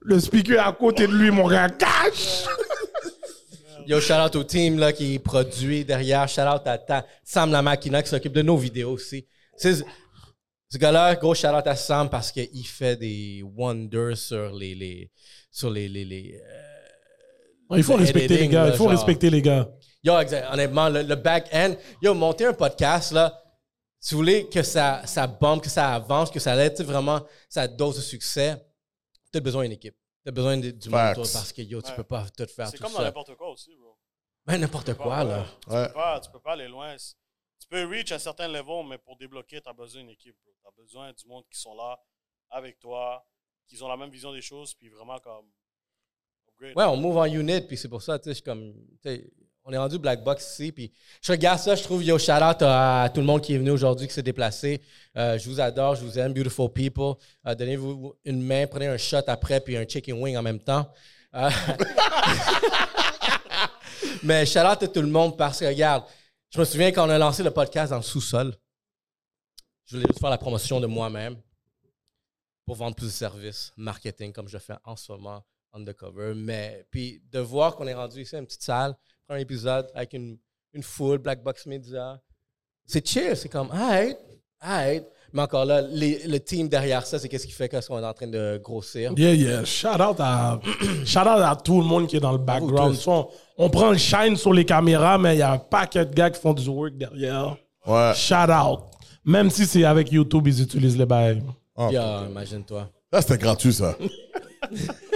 B: Le speaker à côté de lui, mon gars, cash!
A: Yo, shout out au team là, qui produit derrière. Shout out à Ta- Sam la Machina qui s'occupe de nos vidéos aussi. C'est- Ce gars-là, gros shout out à Sam parce qu'il fait des wonders sur les. les sur les. les, les, euh,
B: Il faut
A: Le
B: respecter les
A: editing,
B: gars,
A: là,
B: il faut
A: genre.
B: respecter les gars.
A: Yo, exa- honnêtement, le, le back-end. Yo, monter un podcast là. Si vous voulez que ça, ça bombe, que ça avance, que ça ait vraiment sa dose de succès, t'as besoin d'une équipe. T'as besoin de- du monde
C: Facts.
A: toi, parce que yo, tu
D: Ouais.
A: peux pas tout faire
D: C'est
A: Ben, tout
D: comme dans
A: ça.
D: n'importe quoi aussi, bro.
A: Ben, n'importe quoi, là.
C: Ouais.
D: Tu peux pas, tu peux pas aller loin. C'est- Tu peux reach un certain level, mais pour débloquer, tu as besoin d'une équipe. Tu as besoin du monde qui sont là avec toi, qui ont la même vision des choses, puis vraiment comme. upgrade.
A: Ouais, on move en unit, puis c'est pour ça, tu sais, je suis comme, tu sais, on est rendu black box ici, puis je regarde ça, je trouve, yo, shout out à, à tout le monde qui est venu aujourd'hui, qui s'est déplacé. Euh, je vous adore, je vous aime, beautiful people. Euh, Donnez-vous une main, prenez un shot après, puis un chicken wing en même temps. Euh, Mais shout out à tout le monde parce que, regarde, je me souviens quand on a lancé le podcast dans le sous-sol, je voulais juste faire la promotion de moi-même pour vendre plus de services, marketing, comme je le fais en ce moment, undercover. Mais puis de voir qu'on est rendu ici à une petite salle, un épisode avec une, une foule, Black Box Media, c'est chill, c'est comme, ah, alright, alright. Mais encore là, les- le team derrière ça, c'est qu'est-ce qui fait qu'on est en train de grossir.
B: Yeah, yeah. Shout out à, shout out à tout le monde qui est dans le background.
A: tous.
B: On, on prend le shine sur les caméras, mais il y a un paquet de gars qui font du work derrière.
C: Ouais.
B: Shout out. Même si c'est avec YouTube, ils utilisent les bails.
C: Ah,
A: Puis, ah, imagine-toi.
C: Ça, c'était gratuit, ça.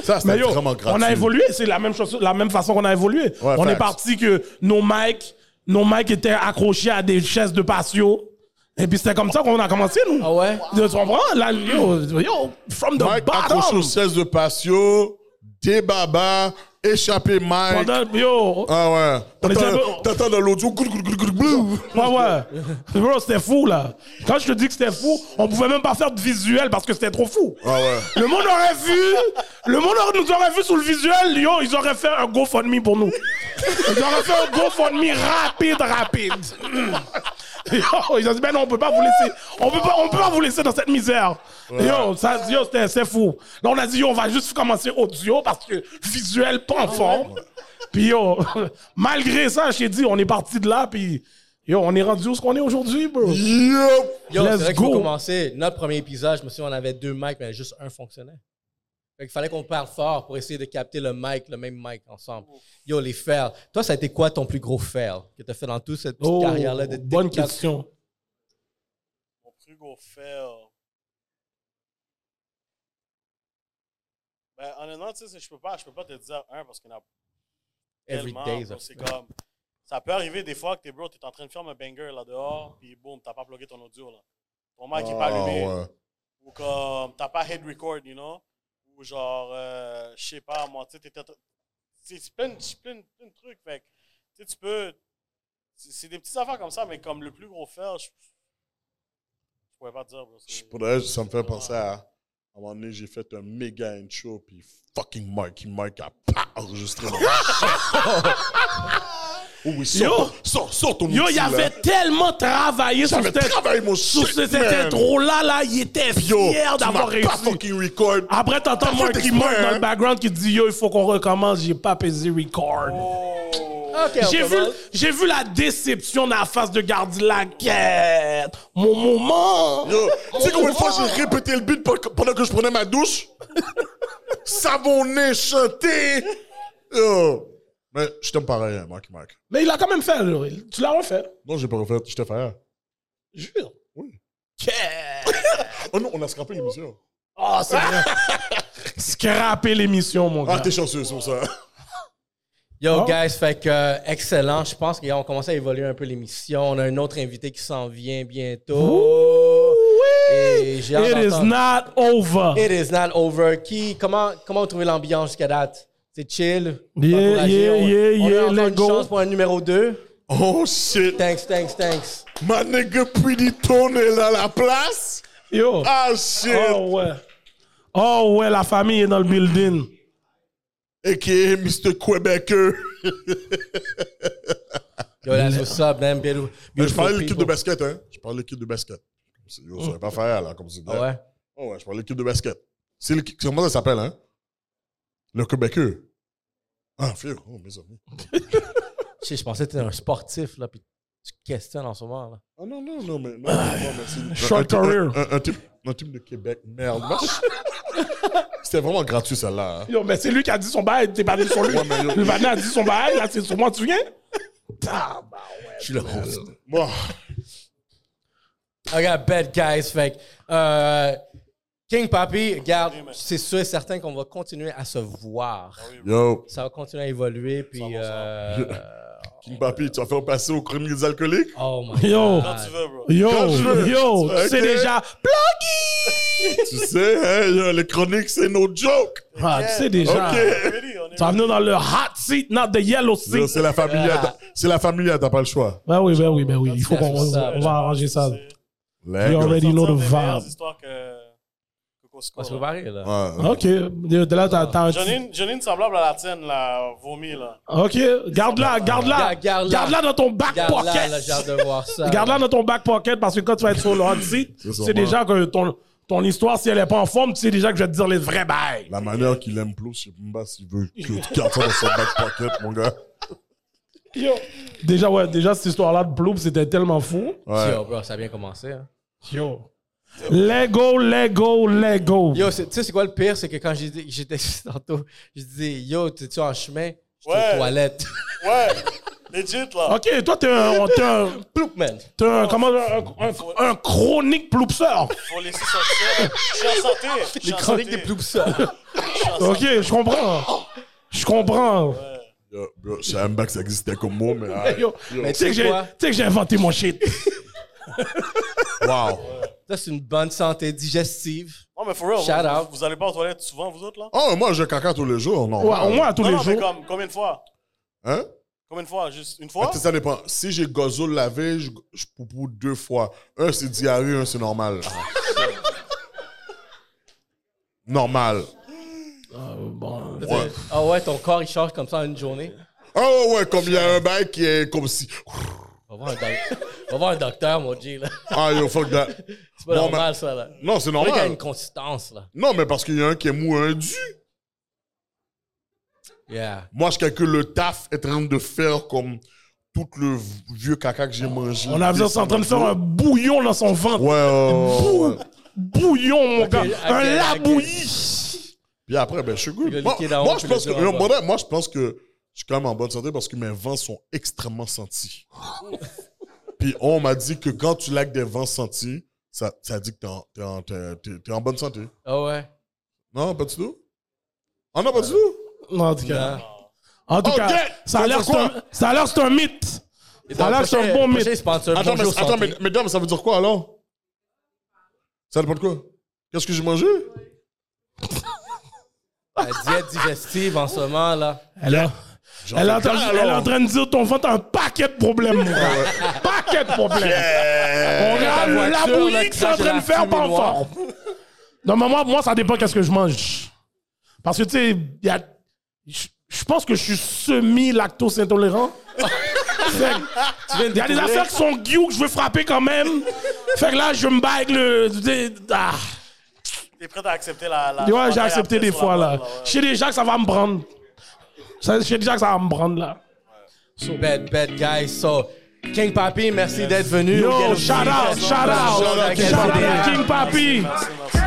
C: Ça,
B: Mais
C: c'était
B: yo,
C: vraiment gratuit.
B: on a évolué. C'est la même chose, la même façon qu'on a évolué.
C: Ouais,
B: on est
C: facts.
B: parti que nos mics, nos mics étaient accrochés à des chaises de patio. Et puis c'était comme ça qu'on a commencé, nous.
A: Ah ouais?
B: Tu comprends? Là, yo, yo, from the
C: Mike accroché
B: bottom.
C: aux 16 de patio, des babas échappé Mike.
B: Pendant- Yo,
C: Ah
B: On
C: ouais.
B: était un peu-
C: T'entends- T'entends dans l'audio. glou, glou, glou, glou, glou.
B: ouais, ouais. Bro, c'était fou, là. Quand je te dis que c'était fou, on pouvait même pas faire de visuel parce que c'était trop fou.
C: Ah ouais.
B: Le monde aurait vu, le monde aurait- nous aurait vu sous le visuel, yo, ils auraient fait un GoFundMe pour nous. Ils auraient fait un GoFundMe rapide, rapide. Mm. Yo, ils ont dit, ben non, on peut pas vous laisser, on peut pas, on peut pas vous laisser dans cette misère. Yo, ça, yo, c'était- c'est fou. Là, on a dit, yo, on va juste commencer audio parce que visuel pas
A: Ah
B: en forme. Puis yo, malgré ça, je t'ai dit, on est parti de là, puis yo, on est rendu où ce qu'on est aujourd'hui, bro.
C: Yup.
A: Yo, c'est
B: Let's
A: vrai qu'il faut
B: go.
A: commencer. Notre premier épisode, je me souviens, on avait deux mics, mais juste un fonctionnait. Fait qu'il fallait qu'on parle fort pour essayer de capter le mic, le même mic ensemble. Yo, les fails. Toi, ça a été quoi ton plus gros fail que t'as fait dans toute cette petite
B: Oh,
A: carrière-là de
B: bonne
A: TikTok?
B: question.
D: Mon plus gros fail. Ben, honnêtement, tu sais, c'est- je peux pas, je peux pas te dire un parce qu'il y en a
A: Every
D: tellement.
A: day.
D: bro, c'est comme, ça peut arriver des fois que t'es bro, t'es en train de faire un banger là dehors, puis boum, t'as pas plugué ton audio là. Ton mic est pas
A: Oh,
C: Ah
D: allumé.
C: ouais.
D: Ou comme, t'as pas head record, you know? Ou genre, euh, je sais pas, moi, tu sais, t'étais. C'est c'est plein, de- c'est plein, de- plein de trucs, fait que, tu sais, tu peux. C'est c'est des petites affaires comme ça, mais comme le plus gros fail, je. Je pourrais pas te dire, bro.
C: Je
D: c'est-
C: pourrais, ça me
D: c'est
C: fait
D: vraiment-
C: penser à. À un moment donné, j'ai fait un méga intro, puis fucking Mike, Mike a pas enregistré mon Oh oui,
B: Yo.
C: sors, ton- sors, sors ton
B: Yo,
C: outil,
B: il
C: là.
B: avait tellement travaillé sur
C: J'avais
B: cette,
C: travaillé mon
B: sur
C: shit,
B: ce- cette
C: man.
B: intro-là, là, il était
C: Yo,
B: fier
C: tu
B: d'avoir
C: m'as
B: réussi. Ah.
C: pas fucking record.
B: Après, t'entends
C: T'as fait
B: Marky
C: exprès,
B: Mark dans le
C: hein.
B: background qui dit Yo, il faut qu'on recommence, j'ai pas pesé record.
C: Oh.
B: J'ai vu, j'ai vu la déception dans la face de Gardilac. Yeah. Mon moment.
C: Yo, tu sais combien de fois
B: Oh.
C: j'ai répété le beat pe- pendant que je prenais ma douche? Savonné, chanté. Yo. Mais je t'aime pareil, hein, Mike, Mike.
B: Mais il a quand même fait, là. Tu l'as refait.
C: Non, j'ai pas refait, je t'ai fait.
B: Jure.
C: Oui.
B: Yeah.
C: Oh non, on a scrappé l'émission.
B: Oh, c'est vrai. Scraper l'émission, mon
C: Ah,
B: gars.
C: t'es chanceux sur ça.
A: Yo,
B: Oh.
A: guys, fait que euh, excellent. Je pense qu'on commence à évoluer un peu l'émission. On a un autre invité qui s'en vient bientôt. Et j'ai hâte
B: It is
A: d'entendre-
B: not over.
A: It is not over. Qui, comment, comment vous trouvez l'ambiance jusqu'à date? C'est chill?
B: Yeah,
A: Encouragé?
B: yeah,
A: on,
B: yeah,
A: on a
B: yeah,
A: encore
B: let's
A: une
B: go.
A: chance pour un numéro 2.
C: Oh shit.
A: Thanks, thanks, thanks.
C: Ma nigga Pretty Tone est à la place.
B: Yo.
C: Ah shit.
B: Oh ouais. Oh ouais, la famille est dans le building.
C: A.K.A. Mr. Quebecer.
A: Yo, that's what's up, man. Beautiful,
C: Mais Ben, je parlais de
A: beautiful
C: l'équipe de
A: people.
C: basket, hein. Je parlais de l'équipe de basket. Comme si, Yo, ça
B: Mmh.
C: va pas faire, là, comme si.
A: Ah ouais?
C: Oh ouais, je parle de l'équipe de basket. C'est l'équipe- comment ça s'appelle, hein? Le Québécois. Ah, frère, oh, mes amis.
A: Je, sais, je pensais que t'étais un sportif, là, puis tu questionnes en ce moment, là.
C: Ah non, non, non, mais, non, non, mais c'est-
B: Short
C: un- un-
B: career.
C: Un, un, type, un type de Québec, merde. Moi, je- C'était vraiment gratuit, celle-là. hein.
B: Yo, mais c'est lui qui a dit son bail, t'es pas venu sur lui.
C: Ouais, mais yo.
B: Le banner a dit son bail, là c'est sur moi, tu viens? Ah, bah,
C: Je suis le host. Moi,
A: I got bad guys. Fait que, euh, King Papi, regarde, c'est sûr et certain qu'on va continuer à se voir.
C: yo,
A: Ça va continuer à évoluer, puis.
D: va, ça
A: euh,
C: King Papi, tu vas faire passer aux chroniques des alcooliques?
A: oh my
B: Yo.
D: Quand
A: god.
D: tu veux, bro.
B: Yo,
C: Quand je veux.
B: yo,
C: Ok.
B: c'est déjà.
C: tu sais, hein, yo, les chroniques, c'est nos jokes.
B: Ah, tu sais déjà.
C: Ok.
D: Ready, on est
B: Tu vas venir dans le hot seat, not the yellow
C: Yo,
B: seat.
C: C'est la famille, à ta- c'est la famille, à t'as pas le choix.
B: Ben oui, ben oui, ben oui. Il faut
A: That's
B: qu'on
A: what's
B: on
A: up.
B: va arranger ça.
C: Les
B: Yo,
C: gars.
B: already know the vibe.
D: C'est histoire que. que Costco,
A: On va se
D: là.
A: préparer, là.
C: Ouais.
B: Ok, de de là, t'as t'as un
D: J'en ai
B: petit.
D: une- j'en ai une semblable à la tienne, là, vomi, là.
B: Ok, garde-la, garde-la.
A: Garde- garde-la.
B: Garde-la dans ton back
A: Regarde là, là, j'ai
B: pocket.
A: hâte de voir ça.
B: Garde-la dans ton back pocket parce que quand tu vas être sur le hot seat,
C: C'est
B: c'est déjà que ton, ton histoire, si elle est pas en forme, tu sais déjà que je vais te dire les vrais bails.
C: La manière qu'il aime plus, je sais même pas s'il veut que tu gardes ça dans son back pocket, mon gars.
B: Yo. Déjà, ouais, déjà, cette histoire-là de Bloop, c'était tellement fou.
C: Ouais.
A: Yo, bro, ça a bien commencé. hein.
B: Yo. Lego, Lego, Lego.
A: Yo, c'est- tu sais, c'est quoi le pire? C'est que quand j'ai dit- j'étais ici tantôt, je disais, yo, t'es-tu en chemin? Je suis
D: Ouais.
A: aux toilettes.
D: Ouais, legit, là.
B: Ok, toi, t'es un, t'es un,
A: Ploup, man.
B: t'es un, comment, un, un- un chronique ploupseur.
D: Faut laisser sortir. Je suis en santé. Je suis
A: Les
D: en
A: chroniques
D: santé.
A: des ploupseurs.
D: Je suis en
B: Ok,
D: santé.
B: je comprends. Je comprends.
C: Yo, bro, je savais même pas que ça existait comme mot, mais. ah,
B: Yo,
C: yo,
A: Mais
B: Tu sais que j'ai-
A: quoi?
B: tu sais que j'ai inventé mon shit.
C: Wow.
A: Ça, c'est une bonne santé digestive.
D: Non, mais for real,
A: Shout
D: vous,
A: out.
D: vous- vous allez pas aux toilettes souvent, vous autres, là?
C: Oh, moi, je caca tous les jours. Non.
B: Ouais, au moins à tous
D: non,
B: les
D: non, mais
B: jours.
D: comme, combien de fois?
C: Hein?
D: Combien de fois? Juste une fois?
C: Attends, ça dépend. Si j'ai gozo lavé, je, je poupou deux fois. Un, c'est diarrhée, un, c'est normal. normal.
B: Euh, bon.
C: Ouais.
A: Ah ouais, ton corps, il charge comme ça en une journée.
C: Oh, ouais, comme il y a un bail qui est comme si.
A: Va voir un, doc- va voir un docteur, mon G, là.
C: Ah, yo, fuck that.
A: C'est pas
C: Bon,
A: normal, ça, là.
C: Non, c'est
A: Il y a
C: normal.
A: une consistance, là.
C: Non, mais parce qu'il y a un qui est mou, un dû.
A: Yeah.
C: Moi, je calcule le taf est en train de faire comme tout le vieux caca que j'ai mangé.
B: Oh, On a vu c'est en train de faire un bouillon dans son ventre.
C: Ouais, ouais, ouais, ouais.
B: Oh. Bouillon, mon gars. un
A: ok,
B: la
A: ok.
B: bouillie.
C: Puis après, ben, je suis good.
A: Il a
C: Moi,
A: liquide en haut,
C: moi, je
A: puis le
C: pense que,
A: dur en
C: non,
A: bas.
C: moi, moi, je pense que je suis quand même en bonne santé parce que mes vents sont extrêmement sentis. Puis on m'a dit que quand tu laques des vents sentis, ça, ça dit que t'es en, t'es en- t'es- t'es- t'es en bonne santé.
A: Ah ouais.
C: Non, pas du tout? Ah non, pas du tout?
A: Euh,
B: Non, En tout
A: Hein?
B: cas, en tout
C: Ok,
B: cas ça a
C: ça
B: l'air
C: veut
B: que c'est
C: dire
B: un- ça a l'air que c'est un mythe.
A: Et
B: Ça a
A: donc,
B: l'air que c'est un
A: prochain-
B: bon mythe.
A: prochain sponsor,
C: Attends, mais,
A: Bonjour
C: attends,
A: Santé.
C: mais- mesdames, ça veut dire quoi alors? Ça dépend de quoi? Qu'est-ce que j'ai mangé?
A: La diète digestive en ce moment, là.
B: Alors,
C: J'en
B: elle, est en
C: fais
B: train-
C: plein,
B: elle est en
C: alors.
B: train de dire ton ventre a un paquet de problèmes, mon gars. Paquet de problèmes. On a
A: Euh, Ta voiture,
B: la
A: là,
B: bouillie
A: qui
B: que c'est en
A: crache de
B: train
A: la
B: de faire
A: fumée
B: pas
A: noire.
B: fort. Non, mais moi, moi, ça dépend qu'est-ce que je mange. Parce que, tu sais, il y a- je je pense que je suis semi-lactose intolérant. Fait que Il y a des affaires qui sont guilloux que je veux frapper quand même. Fait que là, je me bague le. tu sais, Ah.
D: T'es prêt à accepter la. la
B: Tu vois,
D: la
B: j'ai
D: bataille
B: accepté
D: après
B: des
D: sur
B: fois,
D: la
B: là.
D: boîte, ouais.
B: Chez les gens que ça va me prendre. Ça- Chez les gens que ça va me prendre, là.
A: Bad, bad guys. So, King Papi, merci d'être venu.
B: Yo,
A: Yellow
B: shout out,
A: King, Shout
B: shout out, shout
A: out à
B: out
A: King
B: à
A: Papi.
B: King Papi.
D: Merci, merci.